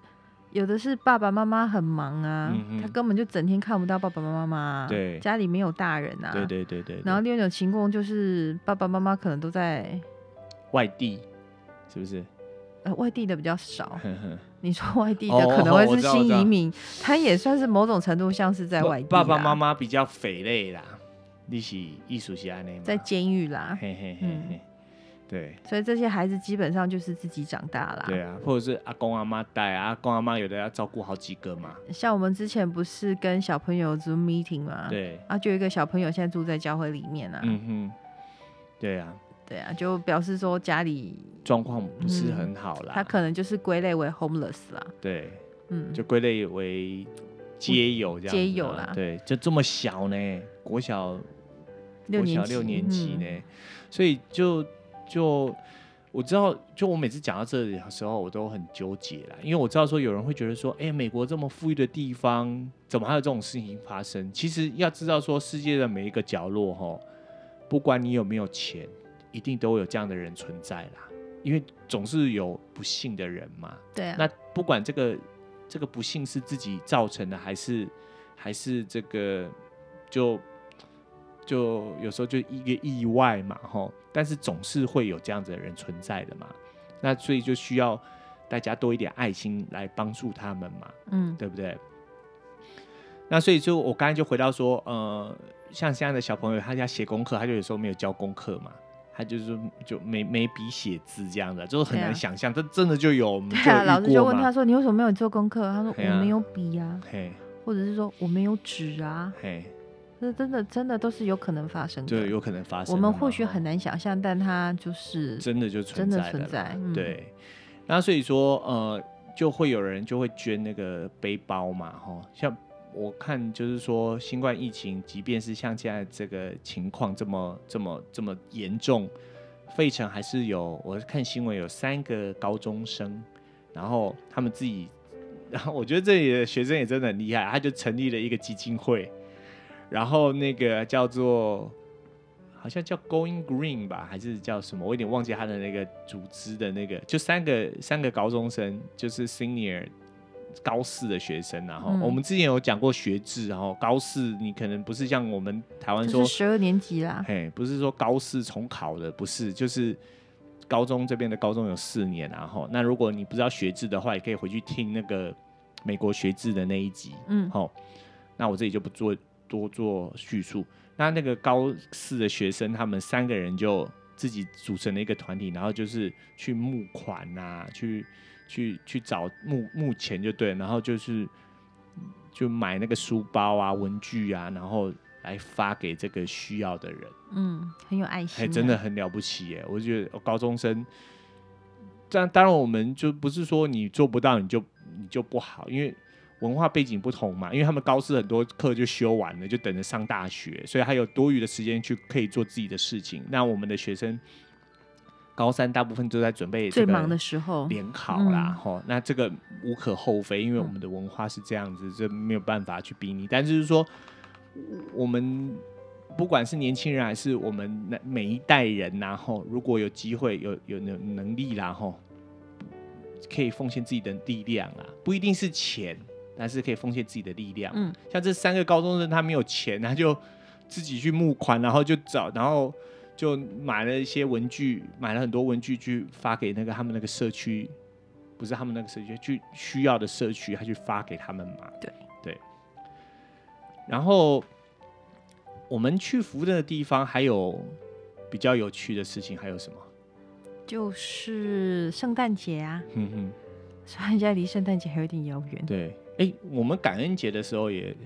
S2: 有的是爸爸妈妈很忙啊，
S1: 嗯哼
S2: 他根本就整天看不到爸爸妈妈、啊，
S1: 对
S2: 家里没有大人啊，
S1: 对对对对对
S2: 然后另外一种情况就是爸爸妈妈可能都在
S1: 外地是不是？
S2: 呃外地的比较少，
S1: 呵 呵
S2: 你说外地
S1: 哦
S2: 的可能会
S1: 我
S2: 是
S1: 知道我
S2: 新
S1: 知道
S2: 移民，他也算是某种程度像是在
S1: 爸
S2: 外地
S1: 爸爸
S2: 啦
S1: 妈妈比较肥累啦，你是艺术家那嘛？
S2: 在监狱啦，
S1: 嘿嘿嘿
S2: 嗯
S1: 嘿，对
S2: 所以这些孩子基本上就是自己长大啦。
S1: 对啊，或者是阿公阿妈带啊，阿公阿妈有的要照顾好几个嘛，
S2: 像我们之前不是跟小朋友 Zoom meeting 吗？。
S1: 对，
S2: 啊，就有一个小朋友现在住在教会里面啊，
S1: 嗯哼，对啊，
S2: 对啊，就表示说家里
S1: 状况不是很好啦，
S2: 嗯他可能就是归类为 homeless 啦，
S1: 对，
S2: 嗯，
S1: 就归类为街友这样子啊，
S2: 街友啦
S1: 对，就这么小呢，国小
S2: 六
S1: 国
S2: 年
S1: 小
S2: 级
S1: 六年级
S2: 嗯
S1: 呢，所以就就我知道，就我每次讲到这里的时候，我都很纠结啦，因为我知道说有人会觉得说，哎、美国这么富裕的地方，怎么还有这种事情发生？其实要知道说，世界的每一个角落，哈，不管你有没有钱，一定都有这样的人存在啦，因为总是有不幸的人嘛。
S2: 对啊，
S1: 那不管这个这个不幸是自己造成的，还是还是这个就就有时候就一个意外嘛，吼，但是总是会有这样子的人存在的嘛，那所以就需要大家多一点爱心来帮助他们嘛，
S2: 嗯，
S1: 对不对？那所以就我刚才就回到说，呃，像现在的小朋友，他要写功课，他就有时候没有交功课嘛，他就是说就没没笔写字这样的，就是很
S2: 对啊
S1: 难想象，这真的就有，我们
S2: 对
S1: 就
S2: 啊，
S1: 遇
S2: 老师就
S1: 过
S2: 问
S1: 嘛
S2: 他说你为什么没有做功课？他说
S1: 对啊
S2: 我没有笔啊，
S1: 嘿，
S2: 或者是说我没有纸啊，
S1: 嘿，
S2: 这真的真的都是有可能发生
S1: 就
S2: 的。
S1: 有可能发生的
S2: 我
S1: 嘛。哦
S2: 们或许
S1: 哈
S2: 很难想象，但它就是
S1: 真的就存
S2: 真的
S1: 在
S2: 存
S1: 啦
S2: 在嗯
S1: 对，那所以说呃，就会有人就会捐那个背包嘛，哈，像我看就是说，新冠疫情，即便是像现在这个情况这么这么这么严重，费城还是有，我看新闻有三个高中生，然后他们自己， 然后我觉得这里的学生也真的很厉害，他就成立了一个基金会，然后那个叫做好像叫 Going Green 吧，还是叫什么，我有点忘记他的那个组织的那个，就三个三个高中生，就是 Senior 高四的学生，然后、
S2: 嗯
S1: 我们之前有讲过学制，然后高四你可能不是像我们台湾
S2: 就
S1: 说
S2: 是十二年级啦，
S1: 嘿，不是说高四重考的，不是，就是高中这边的高中有四年、然后那如果你不知道学制的话，也可以回去听那个美国学制的那一集，
S2: 嗯
S1: 好、那我这里就不做多做叙述。那那个高四的学生，他们三个人就自己组成了一个团体，然后就是去募款啊，去去去找募募钱就对了，然后就是就买那个书包啊、文具啊，然后来发给这个需要的人。
S2: 嗯，很有爱心、啊
S1: 哎，真的，很了不起耶！我觉得哦高中生，但当然我们就不是说你做不到你就你就不好，因为文化背景不同嘛，因为他们高四很多课就修完了，就等着上大学，所以还有多余的时间去可以做自己的事情。那我们的学生高三大部分都在准备这
S2: 最
S1: 个
S2: 忙的时候，
S1: 联考啦
S2: 嗯，
S1: 吼、那这个无可厚非，因为我们的文化是这样子，这没有办法去逼你。但是说，我们不管是年轻人还是我们那每一代人呐、吼，如果有机会有有能能力啦，吼，可以奉献自己的力量啊，不一定是钱，但是可以奉献自己的力量。
S2: 嗯，
S1: 像这三个高中生，他没有钱，他就自己去募款，然后就找，然后就买了一些文具，买了很多文具去发给那个他们那个社区，不是他们那个社区，去需要的社区，他去发给他们嘛。
S2: 对
S1: 对。然后我们去服务的地方还有比较有趣的事情，还有什么？
S2: 就是圣诞节啊，
S1: 哼哼，
S2: 虽然现在离圣诞节还有点遥远。
S1: 对。哎，我们感恩节的时候也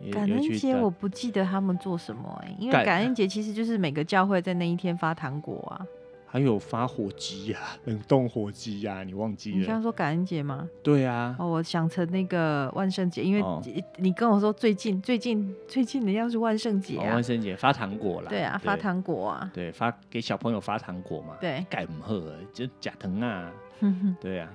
S1: 也
S2: 感
S1: 有
S2: 恩
S1: 去
S2: 节
S1: 到
S2: 我不记得他们做什么哎、因
S1: 感
S2: 为感恩节其实就是每个教会在那一天发糖果啊。
S1: 还有发火机呀、冷冻火机呀、你忘记
S2: 你刚
S1: 了？
S2: 刚说感恩节吗？
S1: 对啊，
S2: 哦，我想成那个万圣节，因为
S1: 哦
S2: 你你跟我说最近最近最近的要是万圣节
S1: 哦
S2: 啊
S1: 万，圣节发糖果啦，
S2: 对啊，发，糖果啊，
S1: 对，发给小朋友发糖果嘛，
S2: 对， 嗯
S1: 盖唔喝，就假疼啊，
S2: 哼哼
S1: 对啊。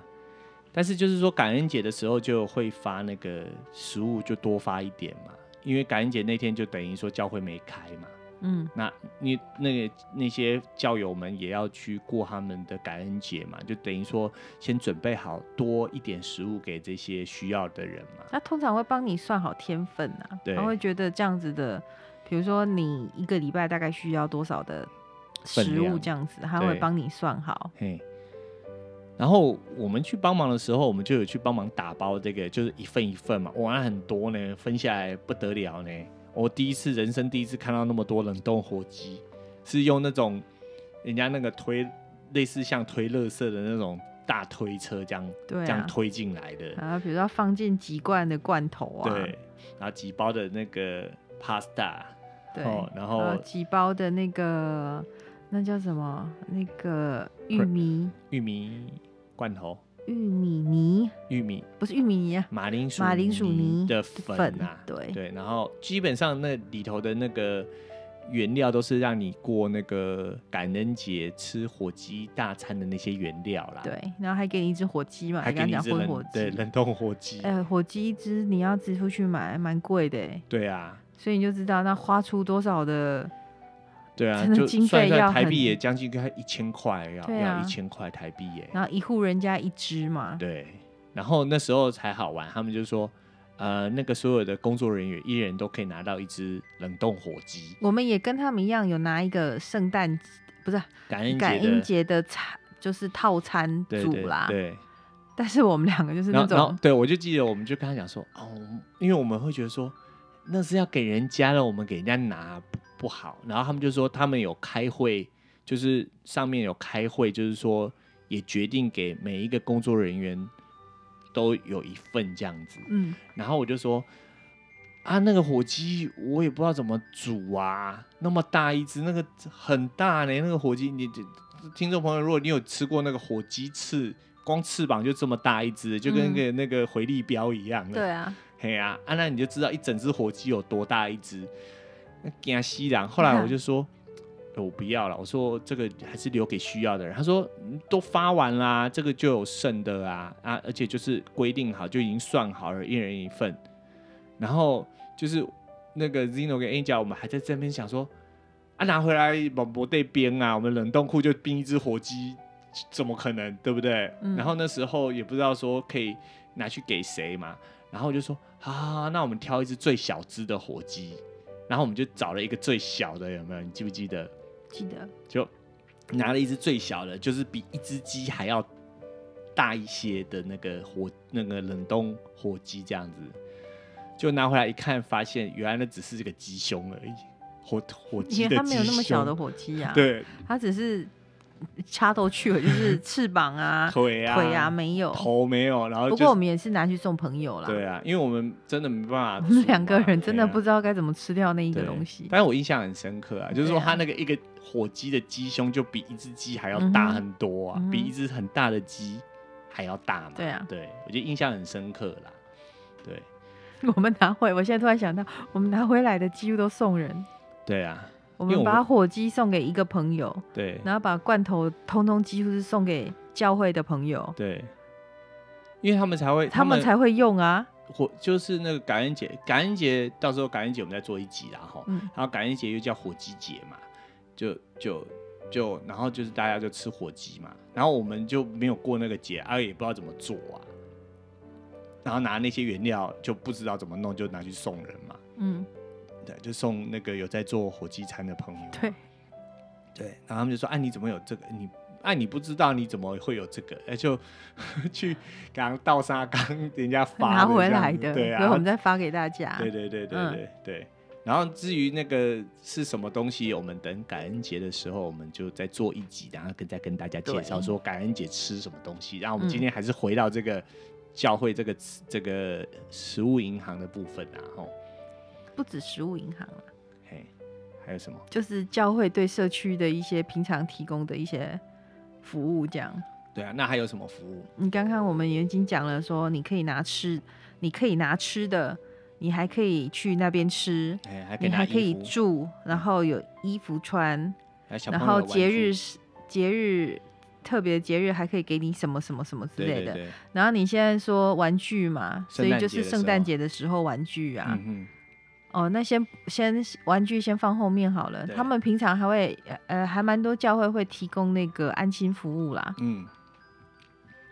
S1: 但是就是说感恩节的时候就会发那个食物，就多发一点嘛，因为感恩节那天就等于说教会没开嘛，
S2: 嗯
S1: 那你那个那些教友们也要去过他们的感恩节嘛，就等于说先准备好多一点食物给这些需要的人嘛，
S2: 他通常会帮你算好天分啊，
S1: 对
S2: 他会觉得这样子的，比如说你一个礼拜大概需要多少的
S1: 分
S2: 食物
S1: 量
S2: 这样子，他会
S1: 对
S2: 帮你算好。
S1: 嘿，然后我们去帮忙的时候，我们就有去帮忙打包这个，就是一份一份嘛，哇，那很多呢，分下来不得了呢。我第一次人生第一次看到那么多冷冻火鸡，是用那种人家那个推类似像推垃圾的那种大推车这样、
S2: 对
S1: 这样
S2: 啊，
S1: 推进来的，
S2: 然后比如说放进几罐的罐头啊，
S1: 对，然后几包的那个 pasta，
S2: 对，
S1: 哦，然后
S2: 呃，几包的那个那叫什么？那个玉米
S1: 玉米罐头、
S2: 玉米泥，
S1: 玉米
S2: 不是玉米泥啊，
S1: 马铃薯
S2: 马铃薯泥
S1: 的
S2: 粉
S1: 粉啊，
S2: 对
S1: 对，然后基本上那里头的那个原料都是让你过那个感恩节吃火鸡大餐的那些原料啦，，
S2: 对，然后还给你一只火鸡嘛，
S1: 还给
S2: 刚
S1: 你一
S2: 刚
S1: 只
S2: 讲荤
S1: 冷
S2: 火
S1: 对
S2: 鸡。
S1: 冷冻火鸡，
S2: 哎、火鸡一只你要支出去买，蛮贵的欸，
S1: 对啊，
S2: 所以你就知道那花出多少的。
S1: 对啊，
S2: 真的
S1: 就
S2: 经费
S1: 算一算
S2: 要
S1: 台币
S2: 很
S1: 也将近快一千块，要、
S2: 对啊
S1: 要一千块台币耶，
S2: 然后一户人家一只嘛，
S1: 对，然后那时候才好玩，他们就说，呃，那个所有的工作人员一人都可以拿到一只冷冻火鸡，
S2: 我们也跟他们一样有拿一个圣诞不是
S1: 感恩节的
S2: 感恩节的餐，就是套餐
S1: 对
S2: 组
S1: 对
S2: 啦。
S1: 对。
S2: 但是我们两个就是
S1: 然
S2: 那
S1: 后，然后
S2: 种，
S1: 对我就记得，我们就跟他讲说，哦，我们因为我们会觉得说那是要给人家了，我们给人家拿不不好。然后他们就说他们有开会，就是上面有开会，就是说也决定给每一个工作人员都有一份这样子。
S2: 嗯，
S1: 然后我就说。啊，那个火鸡我也不知道怎么煮啊，那么大一只，那个很大呢、那个火鸡，你听众朋友，如果你有吃过那个火鸡翅，光翅膀就这么大一只，就跟
S2: 嗯
S1: 个那个回力镖一样、
S2: 对，啊，
S1: 嘿啊，啊那你就知道一整只火鸡有多大一只，那给他吸然。后来我就说。呃我不要了，我说这个还是留给需要的人。他说嗯都发完啦，这个就有剩的啊啊，而且就是规定好，就已经算好了，一人一份。然后就是那个 Zino 跟 Angel，我们还在这边想说，啊拿回来某某对冰啊，我们冷冻库就冰一只火鸡，怎么可能对不对？
S2: 嗯
S1: 然后那时候也不知道说可以拿去给谁嘛，然后我就说啊，那我们挑一只最小只的火鸡，然后我们就找了一个最小的，有没有？你记不记得？
S2: 记得
S1: 就拿了一只最小的，就是比一只鸡还要大一些的那个火那个冷冻火鸡这样子，就拿回来一看，发现原来那只是这个鸡胸而已，火火鸡
S2: 因
S1: 的鸡
S2: 为它
S1: 胸。
S2: 没有那么小的火鸡啊，，
S1: 对
S2: 它只是插头去了，就是翅 膀啊、
S1: 腿啊
S2: 腿啊没有。
S1: 头没有，然后
S2: 不
S1: 就
S2: 过我们也是拿去送朋友啦。
S1: 对啊，因为我们真的没办法
S2: 我
S1: 煮嘛，啊
S2: 们两个人真的不
S1: 知
S2: 知道该怎么吃掉那一
S1: 一
S2: 个东西。
S1: 但是我印象很深刻啊，就是
S2: 对
S1: 说
S2: 啊
S1: 它那个一个火鸡的鸡胸就比一只鸡还要
S2: 嗯
S1: 大
S2: 哼
S1: 很多啊，
S2: 嗯哼
S1: 比一只很大的鸡还要大嘛。
S2: 对啊，
S1: 对，我觉得印象很深刻啦。对，
S2: 我们拿回，我现在突然想到，我们拿回来的几乎都送人。
S1: 对啊，
S2: 我
S1: 因为
S2: 们
S1: 我们
S2: 把火鸡送给一个朋友，
S1: 对，
S2: 然后把罐头通通几乎是送给教会的朋友，
S1: 对，因为他们才会，
S2: 他们
S1: 们
S2: 才会用啊。
S1: 火，就是那个感恩节，感恩节到时候感恩节我们再做一集啦哈。
S2: 嗯，
S1: 然后感恩节又叫火鸡节嘛，就就就，然后就是大家就吃火鸡嘛，然后我们就没有过那个节，啊也不知道怎么做啊，然后拿那些原料就不知道怎么弄，就拿去送人嘛，
S2: 嗯，
S1: 对，就送那个有在做火鸡餐的朋友，
S2: 对，
S1: 对，然后他们就说：“啊，你怎么有这个？你啊，你不知道你怎么会有这个？”哎，就 去刚倒沙缸，人家发
S2: 拿
S1: 的这
S2: 回
S1: 样
S2: 来
S1: 子
S2: 的，
S1: 对
S2: 所以我
S1: 啊
S2: 们，再发给大家。
S1: 对对对对
S2: 嗯
S1: 对对。然后至于那个是什么东西，我们等感恩节的时候，我们就再做一集，然后跟再跟大家介绍
S2: 对
S1: 说感恩节吃什么东西。然后我们今
S2: 嗯
S1: 天还是回到这个教会这个这个食物银行的部分啊，吼，
S2: 不止食物银行啊，
S1: 嘿，还有什么？
S2: 就是教会对社区的一些平常提供的一些服务，这样。
S1: 对啊，那还有什么服务？
S2: 你刚刚我们也已经讲了，说你可以拿吃，你可以拿吃的，你还可以去那边吃，
S1: 哎，还给
S2: 你
S1: 大
S2: 还
S1: 家
S2: 可以
S1: 衣服，
S2: 住，然后有衣服穿，
S1: 还有小
S2: 然
S1: 朋友
S2: 后
S1: 的玩
S2: 节
S1: 具
S2: 日是节日特别节日还可以给你什么什么什么之
S1: 对
S2: 类
S1: 对
S2: 的。啊
S1: 对，
S2: 然后你现在说玩具嘛，所
S1: 圣
S2: 以
S1: 诞
S2: 就
S1: 节
S2: 是
S1: 的
S2: 圣
S1: 时
S2: 诞
S1: 候
S2: 节的时候玩具啊。
S1: 嗯
S2: 哦，那先先玩具先放后面好了。
S1: 对
S2: 他们平常还会呃呃还蛮多教会会提供那个安心服务啦
S1: 哼，嗯，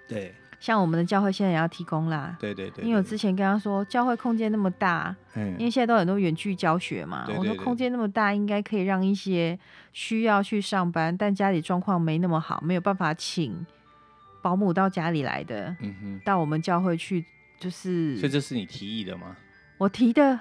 S1: 对
S2: 像我们的教会现在也要提供啦。
S1: 对对对，
S2: 因为我
S1: 对
S2: 之前跟他说，教会空间那么大，因
S1: 嗯
S2: 为现在都很多远距教学嘛，
S1: 对对
S2: 我
S1: 对
S2: 说空间那么大，应该可以让一些需要去上班但家里状况没那么好，没有办法请保姆到家里来的，
S1: 嗯哼，
S2: 到我们教会去，就
S1: 所以
S2: 是
S1: 这哎是你提议的吗？
S2: 我提的，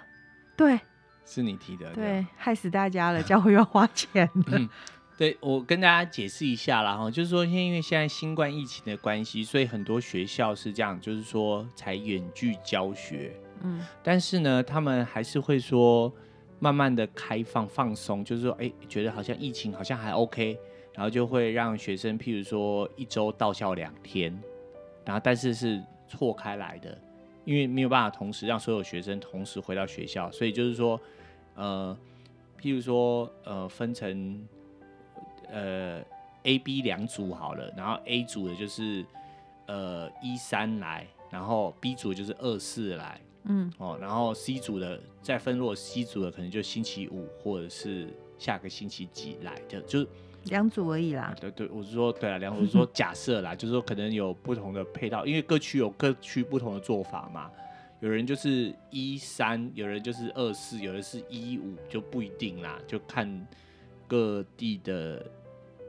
S2: 对
S1: 是你提的，啊
S2: 对，害死大家了，教会要花 钱了，
S1: 对，我跟大家解释一下啦哈，就是说，因为现在新冠疫情的关系，所以很多学校是这样，就是说才远距教学，
S2: 嗯
S1: 但是呢，他们还是会说慢慢的开放放松，就是说，哎，觉得好像疫情好像还 OK，然后就会让学生，譬如说一周到校两天，然后但是是错开来的，因为没有办法同时让所有学生同时回到学校，所以就是说，呃，譬如说，呃，分成呃 A、B 两组好了，然后 A 组的就是呃一三来，然后 B 组就是二四来。
S2: 嗯
S1: 哦，然后 C 组的再分落 C 组的可能就星期五或者是下个星期几来的，就
S2: 两组而已啦
S1: 啊，，对对，我是说对啊，梁，我是说假设啦，就是说可能有不同的配套，因为各区有各区不同的做法嘛，有人就是一三，有人就是二四，有人是一五，就不一定啦，就看各地的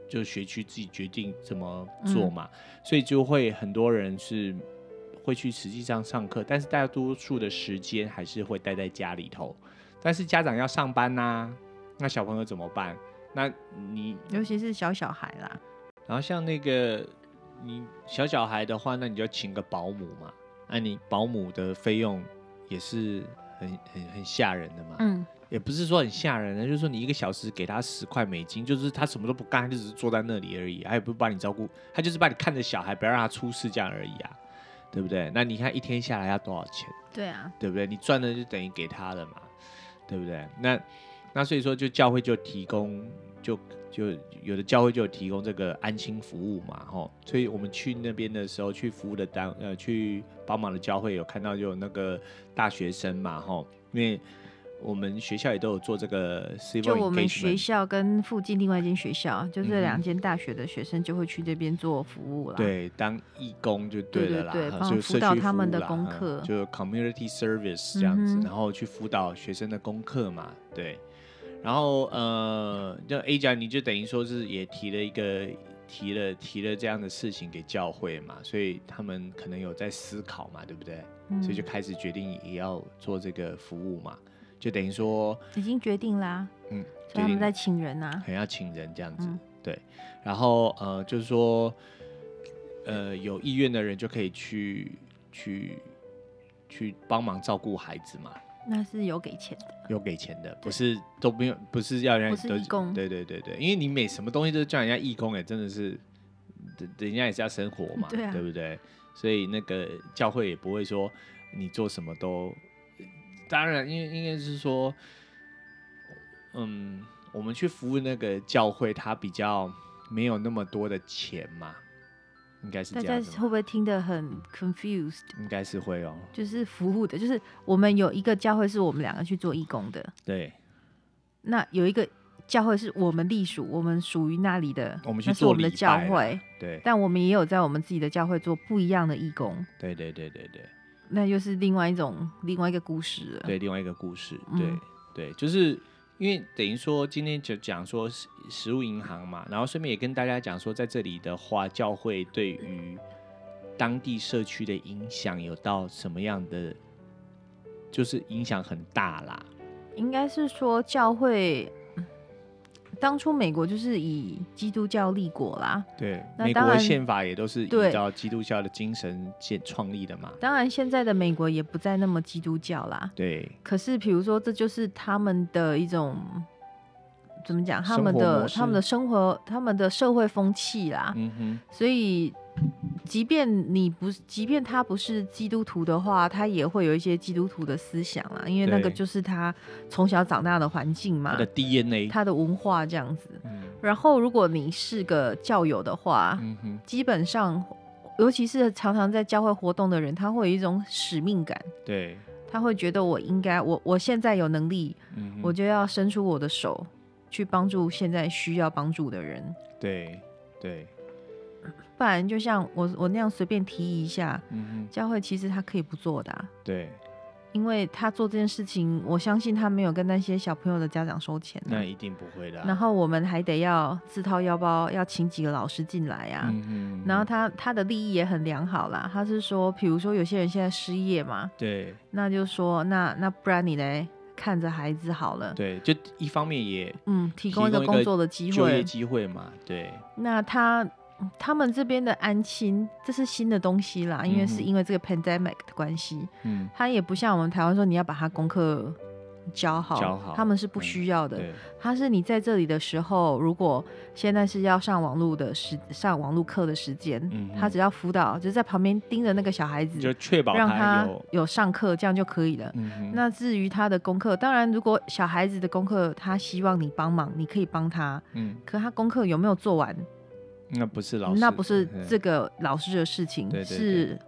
S1: 就学区自己决定怎么做嘛，所以就会很多人是会去实际上上课，但是大多数的时间还是会待在家里头，但是家长要上班呐、那小朋友怎么办？那你
S2: 尤其是小小孩啦，
S1: 然后像那个你小小孩的话，那你就请个保姆嘛，那、你保姆的费用也是很很很吓人的嘛，
S2: 嗯，
S1: 也不是说很吓人啊的，就是说你一个小时给他十块美金，就是他什么都不干，他就只是坐在那里而已，他也不帮你照顾，他就是把你看着小孩，不要让他出事这样而已啊。对不对？那你看一天下来要多少钱，
S2: 对啊，
S1: 对不对？你赚的就等于给他了嘛，对不对？那那所以说，就教会就提供，就就有的教会就有提供这个安心服务嘛，吼。所以我们去那边的时候，去服务的单呃，去帮忙的教会有看到就有那个大学生嘛，吼，因为我们学校也都有做这个 civil
S2: 就我们
S1: engagement
S2: 学校跟附近另外一间学校，
S1: 嗯
S2: 就
S1: 哼
S2: 是两间大学的学生就会去这边做服务啦。，
S1: 对，当义工就
S2: 对
S1: 了啦，
S2: 对对
S1: 哈
S2: 帮
S1: 就
S2: 辅
S1: 社
S2: 导
S1: 区
S2: 他
S1: 服
S2: 们
S1: 务
S2: 的
S1: 啦
S2: 功
S1: 哈
S2: 课
S1: 就 community service 这样子，
S2: 嗯哼
S1: 然后去辅导学生的功课嘛，对。然后呃，就 A 讲你就等于说是也提了一个提了提了这样的事情给教会嘛，所以他们可能有在思考嘛，对不对？所
S2: 嗯
S1: 以就开始决定也要做这个服务嘛，就等于说
S2: 已经决定啦，
S1: 嗯，决
S2: 所以他
S1: 定
S2: 们在请人啊。
S1: 很要请人这样子，
S2: 嗯
S1: 对。然后呃，就是说，呃，有意愿的人就可以去去去帮忙照顾孩子嘛，
S2: 那是有给钱的，
S1: 有给钱的，不是都不用，不是要让
S2: 嗯不是义工
S1: 对对对对，因为你每什么东西都叫人家义工、哎，真的是，人人家也是要生活嘛，
S2: 对啊
S1: 不对？所以那个教会也不会说你做什么都，当然，因为应该是说，嗯，我们去服务那个教会，他比较没有那么多的钱嘛，应该是
S2: 大
S1: 这
S2: 家
S1: 样子
S2: 会
S1: 嘛，
S2: 不会听得很 confused？
S1: 应该是会哦，
S2: 就是服务的，就是我们有一个教会是我们两个去做义工的，
S1: 对，
S2: 那有一个教会是我们隶属，我们属于那里的，
S1: 我们去
S2: 那是
S1: 做
S2: 我们的
S1: 礼
S2: 教
S1: 拜啊啦
S2: 会，
S1: 对，
S2: 但我们也有在我们自己的教会做不一样的义工，
S1: 对对对对对。
S2: 那又是另外一种另外一个故事了。
S1: 对，另外一个故事，
S2: 嗯
S1: 对、对，就是因为等于说今天就讲说食食物银行嘛，然后顺便也跟大家讲说，在这里的话，教会对于当地社区的影响有到什么样的，就是影响很大啦，
S2: 应该是说教会，嗯当初美国就是以基督教立国啦，
S1: 对，
S2: 那
S1: 美
S2: 当
S1: 国的
S2: 然
S1: 宪法也都是依
S2: 对
S1: 照基督教的精神建创立的嘛，
S2: 当然现在的美国也不再那么基督教啦。
S1: 对，
S2: 可是比如说，这就是他们的一种怎么讲？他
S1: 生
S2: 们
S1: 活模
S2: 的
S1: 式
S2: 他们的生活，他们的社会风气啦。
S1: 嗯哼，
S2: 所以，即便你不，即便他不是基督徒的话，他也会有一些基督徒的思想啦，因为那个
S1: 对
S2: 就是他从小长大的环境嘛
S1: 它，的 DNA，
S2: 他的文化这样子。
S1: 嗯
S2: 然后，如果你是个教友的话，
S1: 嗯哼，
S2: 基本上，尤其是常常在教会活动的人，他会有一种使命感，
S1: 对，
S2: 他会觉得我应该，我我现在有能力，
S1: 嗯
S2: 我
S1: 哼，
S2: 就要伸出我的手去帮助现在需要帮助的人。
S1: 对对，
S2: 不然，就像我我那样随便提议一下，
S1: 嗯
S2: 教会其实他可以不做的啊、
S1: 哼，对，
S2: 因为他做这件事情，我相信他没有跟那些小朋友的家长收钱、
S1: 那
S2: 啊。
S1: 一定不会的啊、
S2: 然后我们还得要自掏腰包，要请几个老师进来呀、
S1: 嗯哼，
S2: 啊然后
S1: 嗯哼
S2: 他他的利益也很良好啦，他是说，比如说有些人现在失业嘛，
S1: 对。
S2: 那就说那那不然你来看着孩子好了，
S1: 对，就一方面也
S2: 嗯，提
S1: 提
S2: 供一个
S1: 供一
S2: 工
S1: 个
S2: 作的机
S1: 就业
S2: 会。
S1: 机会嘛，对
S2: 那他嗯他们这边的安亲，这是新的东西啦，因为
S1: 嗯
S2: 是
S1: 哼
S2: 因为这个 pandemic 的关系，
S1: 嗯，
S2: 他也不像我们台湾说你要把他功课教好，
S1: 教好嗯
S2: 他们是不需要的。
S1: 对
S2: 他是你在这里的时候，如果现在是要上网络的时上网络课的时间，
S1: 嗯哼
S2: 他只要辅导，就是在旁边盯着那个小孩子，
S1: 就确保
S2: 让他
S1: 有，
S2: 有上课，这样就可以了。
S1: 嗯哼，
S2: 那至于他的功课，当然，如果小孩子的功课他希望你帮忙，你可以帮他。
S1: 嗯，
S2: 可他功课有没有做完，
S1: 那不是老师，
S2: 那不是
S1: 嗯
S2: 这个老师的事情，
S1: 对对对
S2: 是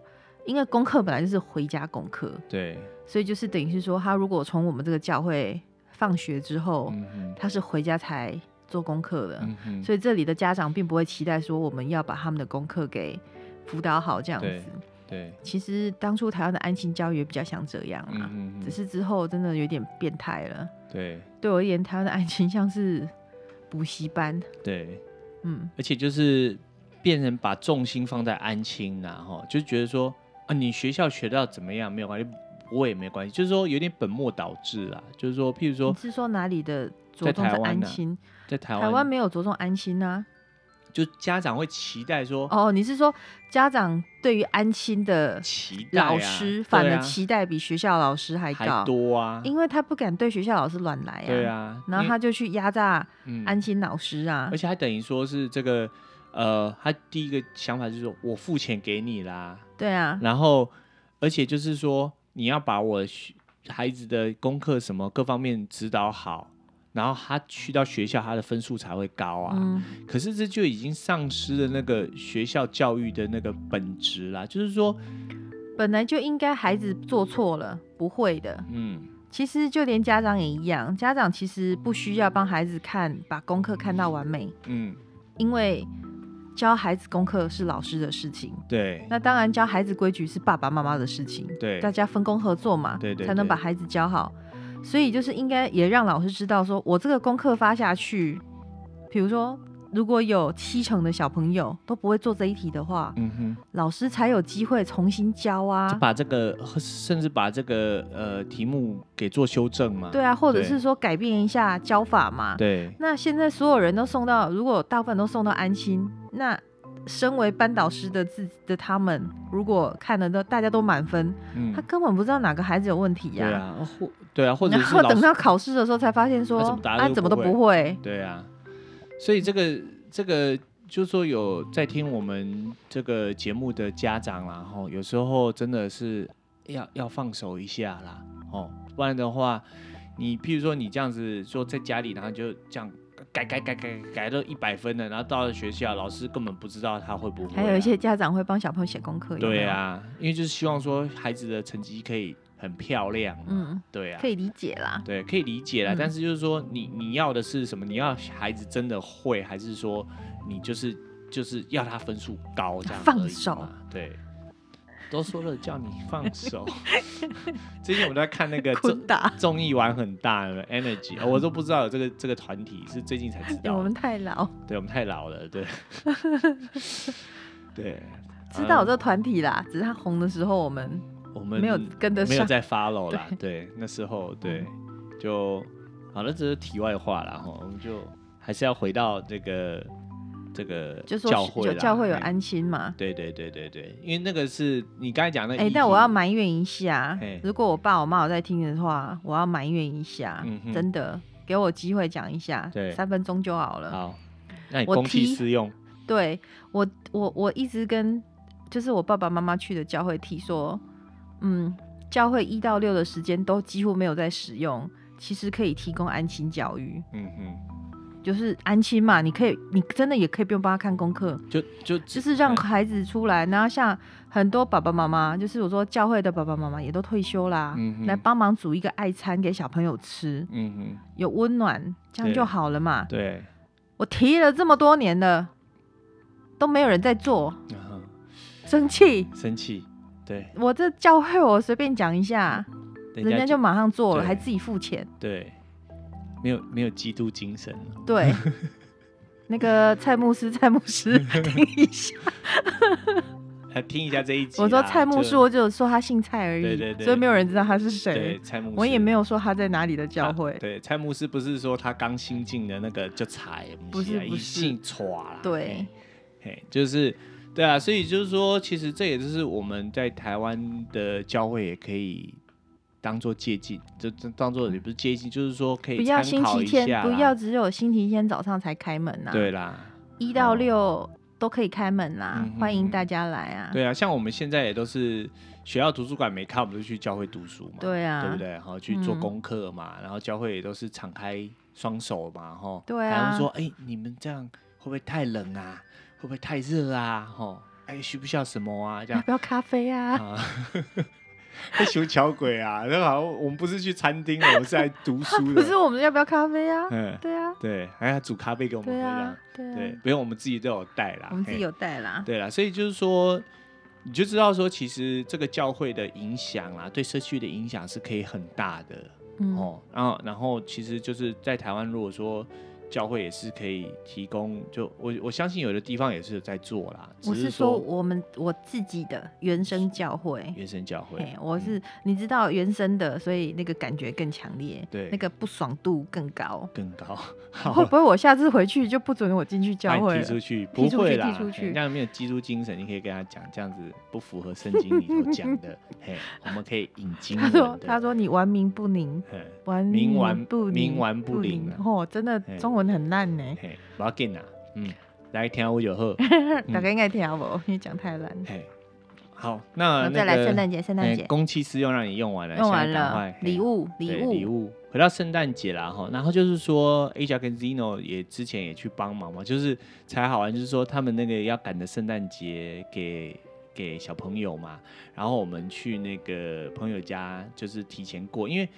S2: 因为功课本来就是回家功课，
S1: 对，
S2: 所以就是等于是说，他如果从我们这个教会放学之后，
S1: 嗯哼，
S2: 他是回家才做功课的，
S1: 嗯哼，
S2: 所以这里的家长并不会期待说我们要把他们的功课给辅导好这样
S1: 对
S2: 子。
S1: 对，
S2: 其实当初台湾的安心教育也比较像这样
S1: 嗯
S2: 啊，
S1: 哼
S2: 只
S1: 哼，
S2: 是之后真的有点变态了。
S1: 对
S2: 对我而言，台湾的爱情像是补习班，
S1: 对，
S2: 嗯，
S1: 而且就是变成把重心放在安亲呐、啊，哈，就觉得说啊，你学校学到怎么样没有关系，我也没关系，就是说有点本末倒置啦，就是说，譬如
S2: 你
S1: 说
S2: 是说哪里的着
S1: 在
S2: 重
S1: 台
S2: 的
S1: 湾
S2: 安
S1: 呐
S2: 心？
S1: 在台
S2: 嗯台
S1: 湾，
S2: 湾没有着重安心啊。
S1: 就家长会期待说，
S2: 哦，你是说家长对于安心的
S1: 期待、啊、
S2: 老师，
S1: 对
S2: 反而
S1: 啊
S2: 期待比学校老师还高，
S1: 还多啊，
S2: 因为他不敢对学校老师乱来啊。
S1: 对啊，
S2: 然后
S1: 因
S2: 他
S1: 为
S2: 就去压榨
S1: 嗯
S2: 安心老师啊
S1: 而，且还等于说是这个呃，他第一个想法就是说我付钱给你啦，
S2: 对啊，
S1: 然后而且就是说你要把我学孩子的功课什么各方面指导好，然后他去到学校他的分数才会高啊。
S2: 嗯，
S1: 可是这就已经丧失了那个学校教育的那个本质啦，就是说，
S2: 本来就应该孩子做错了不会的，
S1: 嗯，
S2: 其实就连家长也一样，家长其实不需要帮孩子看把功课看到完美，
S1: 嗯，
S2: 因为教孩子功课是老师的事情，
S1: 对，
S2: 那当然教孩子规矩是爸爸妈妈的事情，
S1: 对，
S2: 大家分工合作嘛，
S1: 对对
S2: 才能
S1: 对
S2: 把孩子教好。所以就是应该也让老师知道说，我这个功课发下去，比如说如果有七成的小朋友都不会做这一题的话，
S1: 嗯哼，
S2: 老师才有机会重新教啊
S1: 就。把这个甚至把这个呃题目给做修正嘛，
S2: 对啊，或者
S1: 对
S2: 是说改变一下教法嘛。
S1: 对，
S2: 那现在所有人都送到，如果大部分都送到安心，那身为班导师的自己的他们，如果看得到大家都满分，
S1: 嗯
S2: 他，根本不知道哪个孩子有问题
S1: 对
S2: 呀、
S1: 啊，呃或对啊，或者
S2: 哦然
S1: 是
S2: 后
S1: 老
S2: 等
S1: 师，
S2: 到考试的时候才发现说，
S1: 啊怎么答
S2: 啊
S1: 都
S2: 怎么
S1: 不
S2: 都
S1: 会
S2: 不会。
S1: 对啊，所以这个这个就是说有在听我们这个节目的家长啦，吼，有时候真的是要要放手一下啦，哦，不然的话，你譬如说你这样子说在家里，然后就这样。改改改改改到一百分了，然后到了学校，老师根本不知道他会不会啊、
S2: 还有一些家长会帮小朋友写功课，有没
S1: 对
S2: 有，
S1: 啊，因为就是希望说孩子的成绩可以很漂亮，
S2: 嗯，
S1: 对啊
S2: 可，以理解啦。
S1: 对，可以理解啦。
S2: 嗯
S1: 但是就是说你，你要的是什么？你要孩子真的会，还是说你就是就是要他分数高这样
S2: 放
S1: 而已
S2: 手
S1: 嘛？对，都说了叫你放 手。最近我们都在看那个综
S2: 坤达，
S1: 综艺玩很大有没有，Energy，、哦我都不知道有这个这个团体，是最近才知
S2: 哎
S1: 道
S2: 我
S1: 的。
S2: 们太老，
S1: 对我们太老了， 对，对，
S2: 知道有
S1: 嗯
S2: 这个团体啦，只是他红的时候我们
S1: 我们
S2: 没有跟得
S1: 没有
S2: 上。嗯
S1: 在 follow 啦，对，那时候对，就好了，这是题外话啦，哈，我们就还是要回到这个这个
S2: 就说
S1: 教
S2: 是
S1: 会
S2: 有
S1: 啦
S2: 教会有
S1: 哎
S2: 安心嘛？
S1: 对对对对对，因为那个是你刚才讲那个哎
S2: 哎
S1: 议，
S2: 但我要
S1: 题
S2: 埋怨一下
S1: 嘿，
S2: 如果我爸我妈有在听的话，我要埋怨一下
S1: 嗯，哼
S2: 真的，给我机会讲一下
S1: 对，
S2: 三分钟就好了。
S1: 好，那你
S2: 我
S1: 公器
S2: 提
S1: 私用，
S2: 对我，我我一直跟就是我爸爸妈妈去的教会提说，嗯，教会一到六的时间都几乎没有在使用，其实可以提供安心教育，
S1: 嗯哼，
S2: 就是安心嘛，你可以，你真的也可以不用帮他看功课，
S1: 就就
S2: 就
S1: 只
S2: 是让
S1: 哎
S2: 孩子出来，然后像很多爸爸妈妈，就是我说教会的爸爸妈妈也都退休啦，
S1: 嗯哼
S2: 啊来帮忙煮一个爱餐给小朋友吃，
S1: 嗯哼，
S2: 有温暖，这样
S1: 对
S2: 就好了嘛。
S1: 对，
S2: 我提了这么多年了，都没有人在做，
S1: 然后
S2: 生气。
S1: 生气，对，
S2: 我这教会我随便讲一下，人家就马上做了，
S1: 对
S2: 还自己付钱。
S1: 对，没有没有基督精神了，
S2: 对，那个蔡牧师， 蔡牧师听一下，
S1: 来听一下这一集啦，
S2: 我说蔡牧师，
S1: 就
S2: 我只有说他姓蔡而已，
S1: 对对对
S2: 所以没有人知道他是
S1: 对
S2: 谁。
S1: 蔡牧师，
S2: 我也没有说他在哪里的
S1: 他
S2: 教会。
S1: 啊对，蔡牧师不是说他刚新进的那个就才，
S2: 不是不
S1: 啊一
S2: 是
S1: 姓歘啦。
S2: 对
S1: 嘿，嘿，就是对啊，所以就是说，其实这也就是我们在台湾的教会也可以当做借鉴，就就当做也不是借鉴，就是说可以
S2: 不要
S1: 参
S2: 星
S1: 考
S2: 期
S1: 一
S2: 天
S1: 下，啦
S2: 不要啊只有星期天早上才开门呐、
S1: 对啦，
S2: 一到六都可以开门啦、
S1: 嗯哼
S2: 欢迎
S1: 哼
S2: 大家来啊。
S1: 对啊，像我们现在也都是学校图书馆没开，我们就去教会读书嘛，
S2: 对啊，
S1: 对不对？然后去做
S2: 嗯
S1: 功课嘛，然后教会也都是敞开双手嘛，吼。
S2: 对
S1: 然后
S2: 啊
S1: 说，哎、你们这样会不会太冷啊？会不会太热啊？吼，哎、需不需要什么啊？这
S2: 要
S1: 样
S2: 不要咖啡啊？
S1: 啊， 在求巧鬼啊！那好，我们不是去餐厅，我们是来读书的。
S2: 不是，我们要不要咖啡啊？
S1: 嗯，
S2: 对啊，
S1: 对，还要煮咖啡给我们喝
S2: 对
S1: 这
S2: 啊
S1: 样。，
S2: 对啊，
S1: 对，不用我们自己都有带啦，
S2: 我们自己
S1: 嘿
S2: 有带啦。
S1: 对啦，所以就是说，你就知道说，其实这个教会的影响啊啦，对社区的影响是可以很大的、
S2: 嗯，
S1: 哦。然后，然后其实就是在台湾，如果说教会也是可以提供，就我我相信有的地方也是有在做啦，只
S2: 我是说
S1: 说
S2: 我们我自己的原生教会。
S1: 原生教
S2: 哎
S1: 会，，嗯
S2: 我是你知道原生的，所以那个感觉更强烈，
S1: 对
S2: 那个不爽度 更高。
S1: 更 高，
S2: 会不会我下次回去就不准我进去
S1: 把
S2: 教
S1: 你
S2: 会
S1: 踢出
S2: 了？
S1: 去，
S2: 踢
S1: 不
S2: 出去
S1: 会
S2: 踢
S1: 啦，
S2: 出
S1: 嘿
S2: 去
S1: 那没有基督精神，你可以跟他讲，这样子不符合圣经里头讲 的，嘿，我们可以引经
S2: 他
S1: 文的
S2: 说：“他说你顽冥不灵，
S1: 嗯
S2: 顽
S1: 冥
S2: 冥
S1: 顽
S2: 不
S1: 冥顽不灵啊
S2: 哦，真的
S1: 嘿
S2: 中文很烂呢。
S1: 嘿，不要紧啦，嗯，来听我有喝，
S2: 大
S1: 嗯
S2: 家应该听我，因为讲太烂。
S1: 嘿，好，那
S2: 然
S1: 呃那
S2: 后
S1: 个
S2: 再来圣诞节，圣诞
S1: 哎
S2: 节
S1: 公器私用让你用完了，
S2: 用完
S1: 现在赶快
S2: 了
S1: 嘿，
S2: 礼物礼
S1: 对
S2: 物
S1: 礼物。回到圣诞节啦哈，然后就是说，Aja 跟 Zino 也之前也去帮忙嘛，就是才好玩，就是说他们那个要赶着圣诞节给给小朋友嘛，然后我们去那个朋友家，就是提前过，因为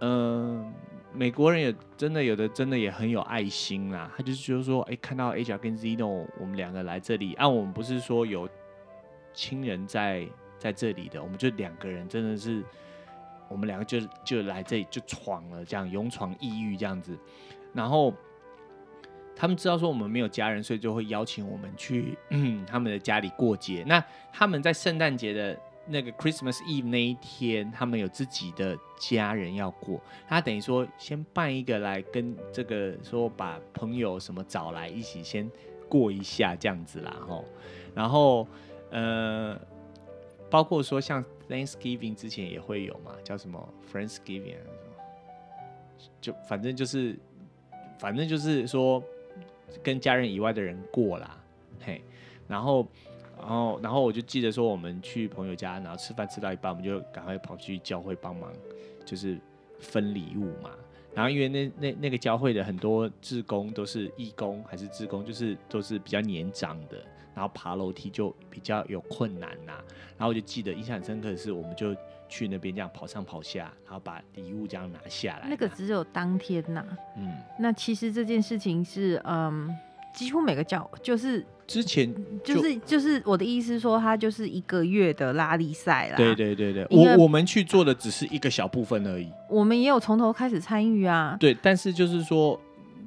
S1: 嗯、呃美国人也真的有的真的也很有爱心啦，他就是觉得说，哎、看到 Aja 跟 Zino 我们两个来这里，啊，我们不是说有亲人在在这里的，我们就两个人真的是，我们两个就就来这里就闯了，这样勇闯异域这样子。然后他们知道说我们没有家人，所以就会邀请我们去 他们的家里过节。那他们在圣诞节的那个 Christmas Eve 那一天，他们有自己的家人要过，他等于说先办一个来跟这个说把朋友什么找来一起先过一下这样子啦，吼。然后呃，包括说像 Thanksgiving 之前也会有嘛，叫什么 Friendsgiving 啊什么，就反正就是反正就是说跟家人以外的人过啦，嘿，然后。然后，然后我就记得说，我们去朋友家，然后吃饭吃到一半，我们就赶快跑去教会帮忙，就是分礼物嘛。然后因为那那那个教会的很多志工都是义工还是志工，就是都是比较年长的，然后爬楼梯就比较有困难呐、然后我就记得印象很深刻的是，我们就去那边这样跑上跑下，然后把礼物这样拿下来。
S2: 那个只有当天呐、
S1: 嗯，
S2: 那其实这件事情是，嗯，几乎每个教就是
S1: 之前
S2: 就
S1: 就是
S2: 就是我的意思是说，它就是一个月的拉力赛啦。
S1: 对，对对对，
S2: 因为
S1: 我我们去做的只是一个小部分而已。
S2: 我们也有从头开始参与啊。
S1: 对，但是就是说，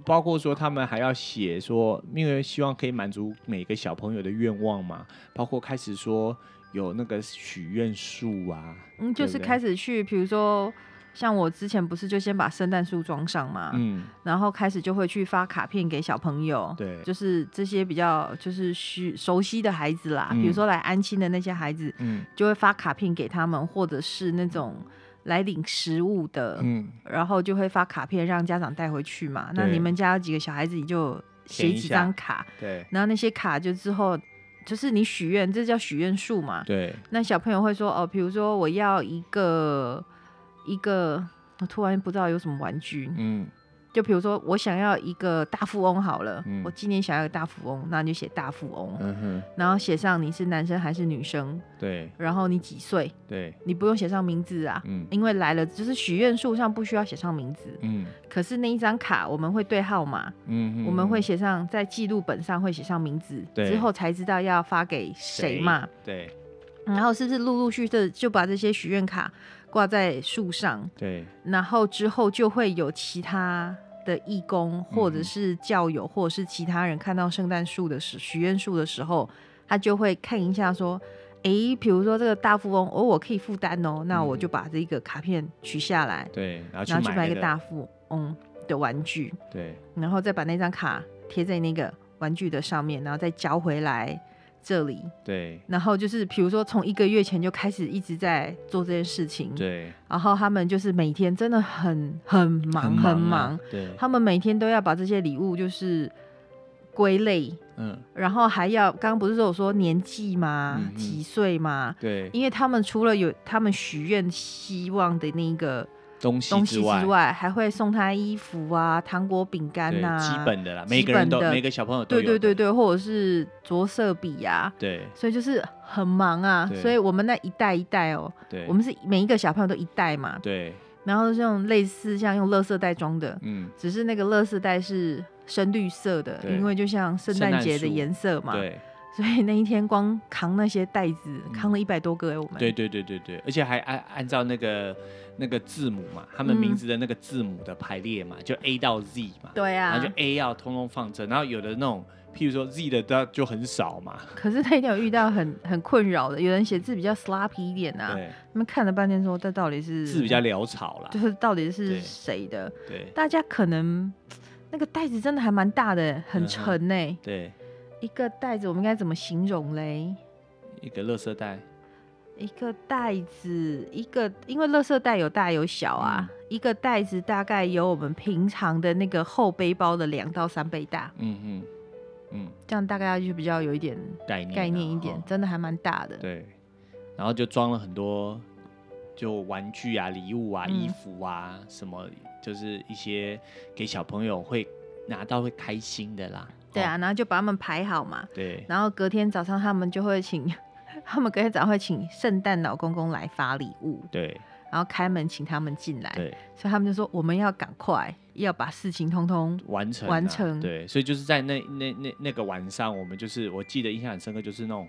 S1: 包括说他们还要写说，因为希望可以满足每个小朋友的愿望嘛，包括开始说有那个许愿树啊，
S2: 嗯，
S1: 对
S2: 就
S1: 不
S2: 是
S1: 对
S2: 开始去，比如说像我之前不是就先把圣诞树装上嘛，
S1: 嗯，
S2: 然后开始就会去发卡片给小朋友，
S1: 对
S2: 就是这些比较就是需熟悉的孩子啦，
S1: 嗯
S2: 比如说来安亲的那些孩子，
S1: 嗯
S2: 就会发卡片给他们，或者是那种来领食物的，
S1: 嗯，
S2: 然后就会发卡片让家长带回去嘛。那
S1: 对
S2: 你们家有几个小孩子，你就写
S1: 填一
S2: 几
S1: 下
S2: 张卡，
S1: 对
S2: 然后那些卡就之后就是你许愿，这叫许愿树嘛。
S1: 对，
S2: 那小朋友会说哦，比如说我要一个一个，我突然不知道有什么玩具，
S1: 嗯
S2: 就比如说我想要一个大富翁好了，
S1: 嗯
S2: 我今年想要一个大富翁，那你就写大富翁，
S1: 嗯哼，
S2: 然后写上你是男生还是女生，
S1: 对
S2: 然后你几岁，
S1: 对，
S2: 你不用写上名字啊，
S1: 嗯
S2: 因为来了就是许愿树上不需要写上名字，
S1: 嗯
S2: 可是那一张卡我们会对号码，
S1: 嗯
S2: 我们会写上在记录本上会写上名字，
S1: 对
S2: 之后才知道要发给谁嘛。？
S1: 对
S2: 然后是不是陆陆续续的就把这些许愿卡挂在树上，
S1: 对
S2: 然后之后就会有其他的义工或
S1: 嗯
S2: 者是教友或者是其他人看到圣诞树的时许愿树的时候，他就会看一下说。诶，比如说这个大富翁，哦，我可以负担哦，那
S1: 嗯
S2: 我就把这个卡片取下来，
S1: 对，然后去
S2: 然后去买一
S1: 那
S2: 个大富翁的玩具，
S1: 对
S2: 然后再把那张卡贴在那个玩具的上面，然后再交回来这里。
S1: 对
S2: 然后就是，比如说从一个月前就开始一直在做这件事情，
S1: 对，
S2: 然后他们就是每天真的很很忙很
S1: 啊
S2: 忙，，
S1: 对，
S2: 他们每天都要把这些礼物就是归类，
S1: 嗯
S2: 然后还要刚刚不是说我说年纪吗？
S1: 嗯嗯
S2: 几岁吗？
S1: 对，
S2: 因为他们除了有他们许愿希望的那个
S1: 东西
S2: 东西
S1: 之
S2: 之
S1: 外。
S2: 外，还会送他衣服啊、糖果、饼干啊
S1: 对，
S2: 呐、
S1: 基本的啦，
S2: 基
S1: 每个人
S2: 本
S1: 都
S2: 的
S1: 每个小朋友都
S2: 对
S1: 有
S2: 对
S1: 的。
S2: 对对，或者是着色笔呀、
S1: 对
S2: 所以就是很忙啊
S1: 对，
S2: 所以我们那一代一代哦、
S1: 对，
S2: 我们是每一个小朋友都一袋嘛，
S1: 对，
S2: 然后是用类似像用垃圾袋装的，
S1: 嗯，
S2: 只是那个垃圾袋是深绿色的，
S1: 对
S2: 因为就像圣诞节的颜色嘛，
S1: 对
S2: 所以那一天光扛那些袋子，
S1: 嗯
S2: 扛了一百多个哎、我们
S1: 对对对对对，而且还按按照那个那个字母嘛，他们名
S2: 嗯
S1: 字的那个字母的排列嘛，就 A 到 Z 嘛，
S2: 对
S1: 然
S2: 啊
S1: 后，就 A 要通通放这，然后有的那种，譬如说 Z 的它就很少嘛，
S2: 可是他一定有遇到很 很困扰的，有人写字比较 sloppy 一点啊，
S1: 对，
S2: 他们看了半天说这到底是
S1: 字比较潦草啦
S2: 就，是到底是
S1: 对
S2: 谁的，
S1: 对
S2: 大家可能那个袋子真的还蛮大的，
S1: 嗯
S2: 很沉呢、欸
S1: 对，
S2: 一个袋子我们应该怎么形容嘞？
S1: 一个垃圾袋，
S2: 一个袋子，一个因为垃圾袋有大有小啊，
S1: 嗯
S2: 一个袋子大概有我们平常的那个后背包的两到三倍大，
S1: 嗯嗯，嗯，
S2: 这样大概就比较有一点
S1: 概念啊
S2: 概念一点，
S1: 哦
S2: 真的还蛮大的。
S1: 对，然后就装了很多就玩具啊、礼物啊、
S2: 嗯
S1: 衣服啊，什么就是一些给小朋友会拿到会开心的啦。
S2: 对
S1: 哦，
S2: 啊，然后就把他们排好嘛，
S1: 对，
S2: 然后隔天早上他们就会请， 他们隔天早上会请圣诞老公公来发礼物，
S1: 对，
S2: 然后开门请他们进来，
S1: 对，
S2: 所以他们就说我们要赶快要把事情通通
S1: 完成、啊，
S2: 完成
S1: 对，所以就是在那那那那个晚上，我们就是我记得印象很深刻，就是那种。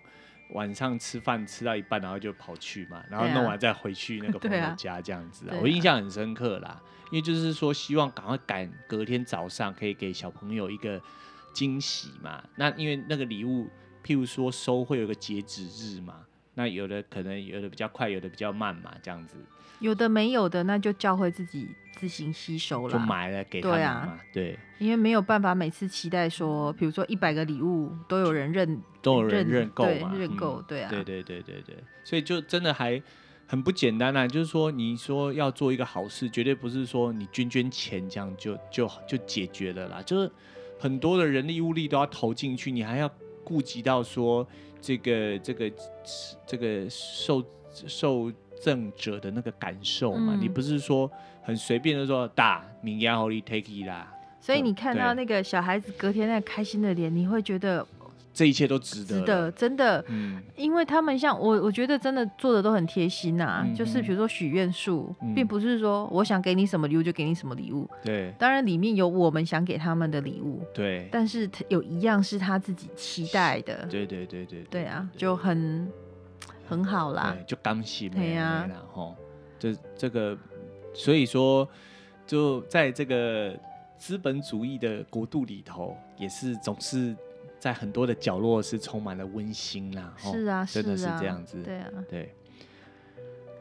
S1: 晚上吃饭吃到一半，然后就跑去嘛，然后
S2: 对啊
S1: 弄完再回去 那个朋
S2: 对啊
S1: 友家这样子、
S2: 对啊
S1: 我印象很深刻啦，因为就是说希望赶快赶隔天早上可以给小朋友一个惊喜嘛。那因为那个礼物，譬如说收会有个截止日嘛，那有的可能有的比较快，有的比较慢嘛，这样子
S2: 有的没有的，那就教会自己自行吸收
S1: 就
S2: 了。
S1: 买了给他们
S2: 对啊
S1: 嘛，对，
S2: 因为没有办法每次期待说，比如说一百个礼物都有人认
S1: 都有人认购
S2: 对
S1: 嘛，
S2: 认购
S1: 嗯
S2: 对啊
S1: 对对对对对，所以就真的还很不简单啊。就是说，你说要做一个好事，绝对不是说你捐捐钱这样就就就解决了啦，就是很多的人力物力都要投进去，你还要顾及到说这个这个这个受受赠者的那个感受嘛，
S2: 嗯
S1: 你不是说很随便的说打明压好你 take it 啦，
S2: 所以
S1: 就
S2: 你看到
S1: 对啊
S2: 那个小孩子隔天那开心的脸，你会觉得
S1: 这一切都值得
S2: 值
S1: 了，
S2: 得，真的，
S1: 嗯
S2: 因为他们像我，我觉得真的做的都很贴心呐、
S1: 嗯哼
S2: 就是比如说许愿树，
S1: 嗯
S2: 并不是说我想给你什么礼物就给你什么礼物，
S1: 对
S2: 当然里面有我们想给他们的礼物，
S1: 对。
S2: 但是它有一样是他自己期待的，
S1: 对对对对
S2: 对啊，就很很好啦
S1: 对，，就甘心
S2: 对呀
S1: 然后这这个，所以说就在这个资本主义的国度里头，也是总是在很多的角落是充满了温馨啦，吼
S2: 是啊，
S1: 哦真的是
S2: 啊
S1: 这样子，
S2: 对啊，
S1: 对。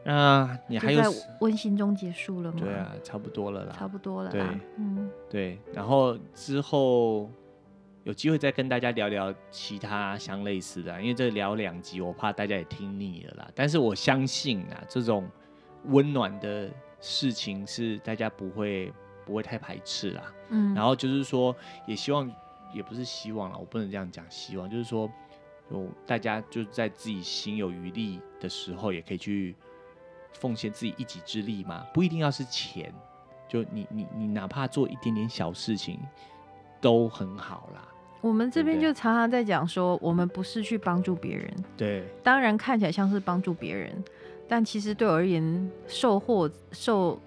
S1: 那你还有
S2: 就在温馨中结束了吗？
S1: 对啊，差不多了啦，
S2: 差不多了啦
S1: 对，
S2: 嗯，
S1: 对，然后之后有机会再跟大家聊聊其他相类似的啊、因为这聊两集，我怕大家也听腻了啦。但是我相信啊，这种温暖的事情是大家不会不会太排斥啦。
S2: 嗯，
S1: 然后就是说，也希望，也不是希望了，我不能这样讲，希望就是说，有大家就在自己心有余力的时候，也可以去奉献自己一己之力嘛，不一定要是钱，就你你你哪怕做一点点小事情都很好啦。
S2: 嗯我们这边
S1: 对
S2: 就
S1: 不
S2: 常常在讲说，我们不是去帮助别人，
S1: 对
S2: 当然看起来像是帮助别人，但其实对我而言，受获受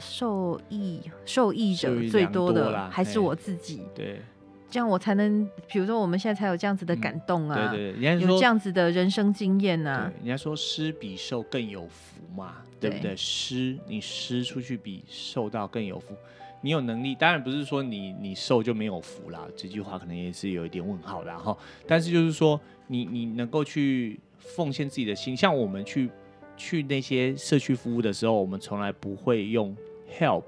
S2: 受益受益者
S1: 受益
S2: 最
S1: 良
S2: 多
S1: 多
S2: 的
S1: 啦
S2: 还是
S1: 嘿
S2: 我自己，
S1: 对
S2: 这样我才能，比如说我们现在才有这样子的
S1: 嗯
S2: 感动
S1: 对
S2: 啊，
S1: 对，人家
S2: 有
S1: 说
S2: 这样子的人生经验啊，
S1: 对，人家说施比受更有福嘛，对不
S2: 对
S1: 对？施你施出去比受到更有福，你有能力，当然不是说你你受就没有福啦，这句话可能也是有一点问号啦哈。但是就是说你你能够去奉献自己的心，像我们去去那些社区服务的时候，我们从来不会用 help，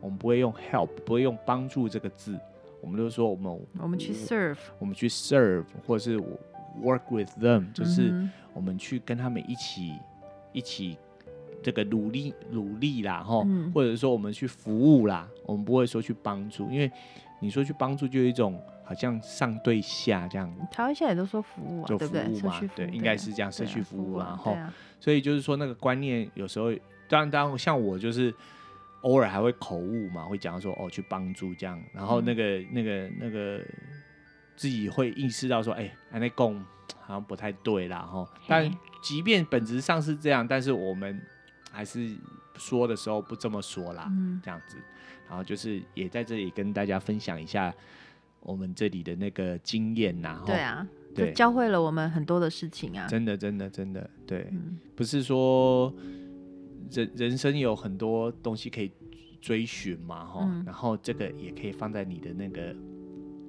S1: 我们不会用 help，不会用帮助这个字，我们就说我们
S2: 我们去 serve，
S1: 我们去 serve 或者是 work with them，就是。
S2: 嗯
S1: 我们去跟他们一起一起这个努力努力啦，哈、
S2: 嗯
S1: 或者说我们去服务啦，我们不会说去帮助，因为你说去帮助就有一种好像上对下这样，
S2: 哼台湾现在也都说服务啊，
S1: 就
S2: 对
S1: 服
S2: 不对？
S1: 务
S2: 社
S1: 嘛
S2: 区服务
S1: 对
S2: 啊
S1: 应该是这样
S2: 对啊
S1: 社区服
S2: 服
S1: 务
S2: 务
S1: 啊
S2: 啊，
S1: 吼
S2: 对啊，
S1: 所以就是说那个观念有时候，当然当然像我就是。偶尔还会口误嘛，会讲到说哦去帮助这样，然
S2: 嗯
S1: 后那个、那个那个自己会意识到说，哎、安内贡好像不太对啦哈。吼但
S2: 嘿
S1: 即便本质上是这样，但是我们还是说的时候不这么说啦，
S2: 嗯
S1: 这样子。然后就是也在这里跟大家分享一下我们这里的那个经验呐、吼
S2: 对，啊，这
S1: 对
S2: 教会了我们很多的事情啊，
S1: 真的真的真的对。
S2: 嗯，
S1: 不是说人人生有很多东西可以追寻嘛，哈、
S2: 嗯
S1: 然后这个也可以放在你的那个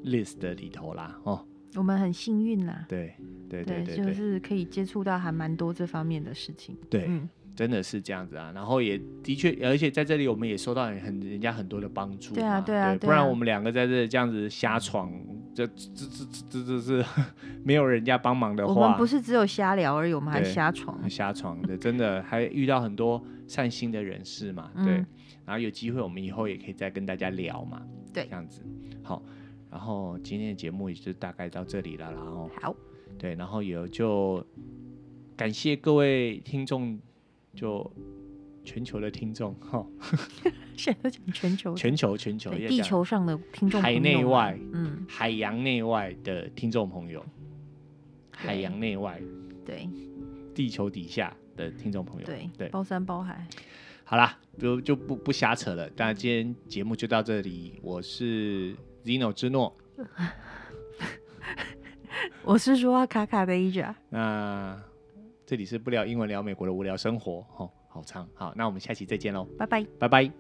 S1: list 里头啦，哦，
S2: 我们很幸运啦，
S1: 对，对对
S2: 对
S1: 对对，
S2: 就是可以接触到还蛮多这方面的事情。
S1: 对
S2: 嗯，
S1: 真的是这样子啊。然后也的确，而且在这里我们也收到很人家很多的帮助嘛，
S2: 对啊对啊
S1: 不
S2: 对啊
S1: 然我们两个在这里这样子瞎闯，这这这这这这这没有人家帮忙的
S2: 我
S1: 话，
S2: 们不是只有瞎聊而已，我们还
S1: 对
S2: 瞎闯。
S1: 瞎闯的，真的还遇到很多善心的人士嘛，
S2: 嗯
S1: 对。然后有机会我们以后也可以再跟大家聊嘛，
S2: 对
S1: 这样子。好，然后今天的节目也就大概到这里了，然后
S2: 好，
S1: 对，然后也就感谢各位听众，就全球的听众哈，
S2: 现在都讲全球，
S1: 全球全球
S2: 对
S1: 也
S2: 地
S1: 讲
S2: 球上的听众朋
S1: 海
S2: 友
S1: 内
S2: 们
S1: 外、
S2: 嗯，
S1: 海洋内外的听众朋友，海
S2: 对
S1: 洋内外、
S2: 对
S1: 地球底下的听众朋友，
S2: 对
S1: 对，
S2: 包山包海，
S1: 好啦，就就不不瞎扯了。那今天节目就到这里，我是 Zeno 之诺。
S2: 我是说话卡卡的一家，
S1: 那这里是不聊英文聊美国的无聊生活，哦，好长。好，那我们下期再见喽，
S2: 拜拜。
S1: 拜拜。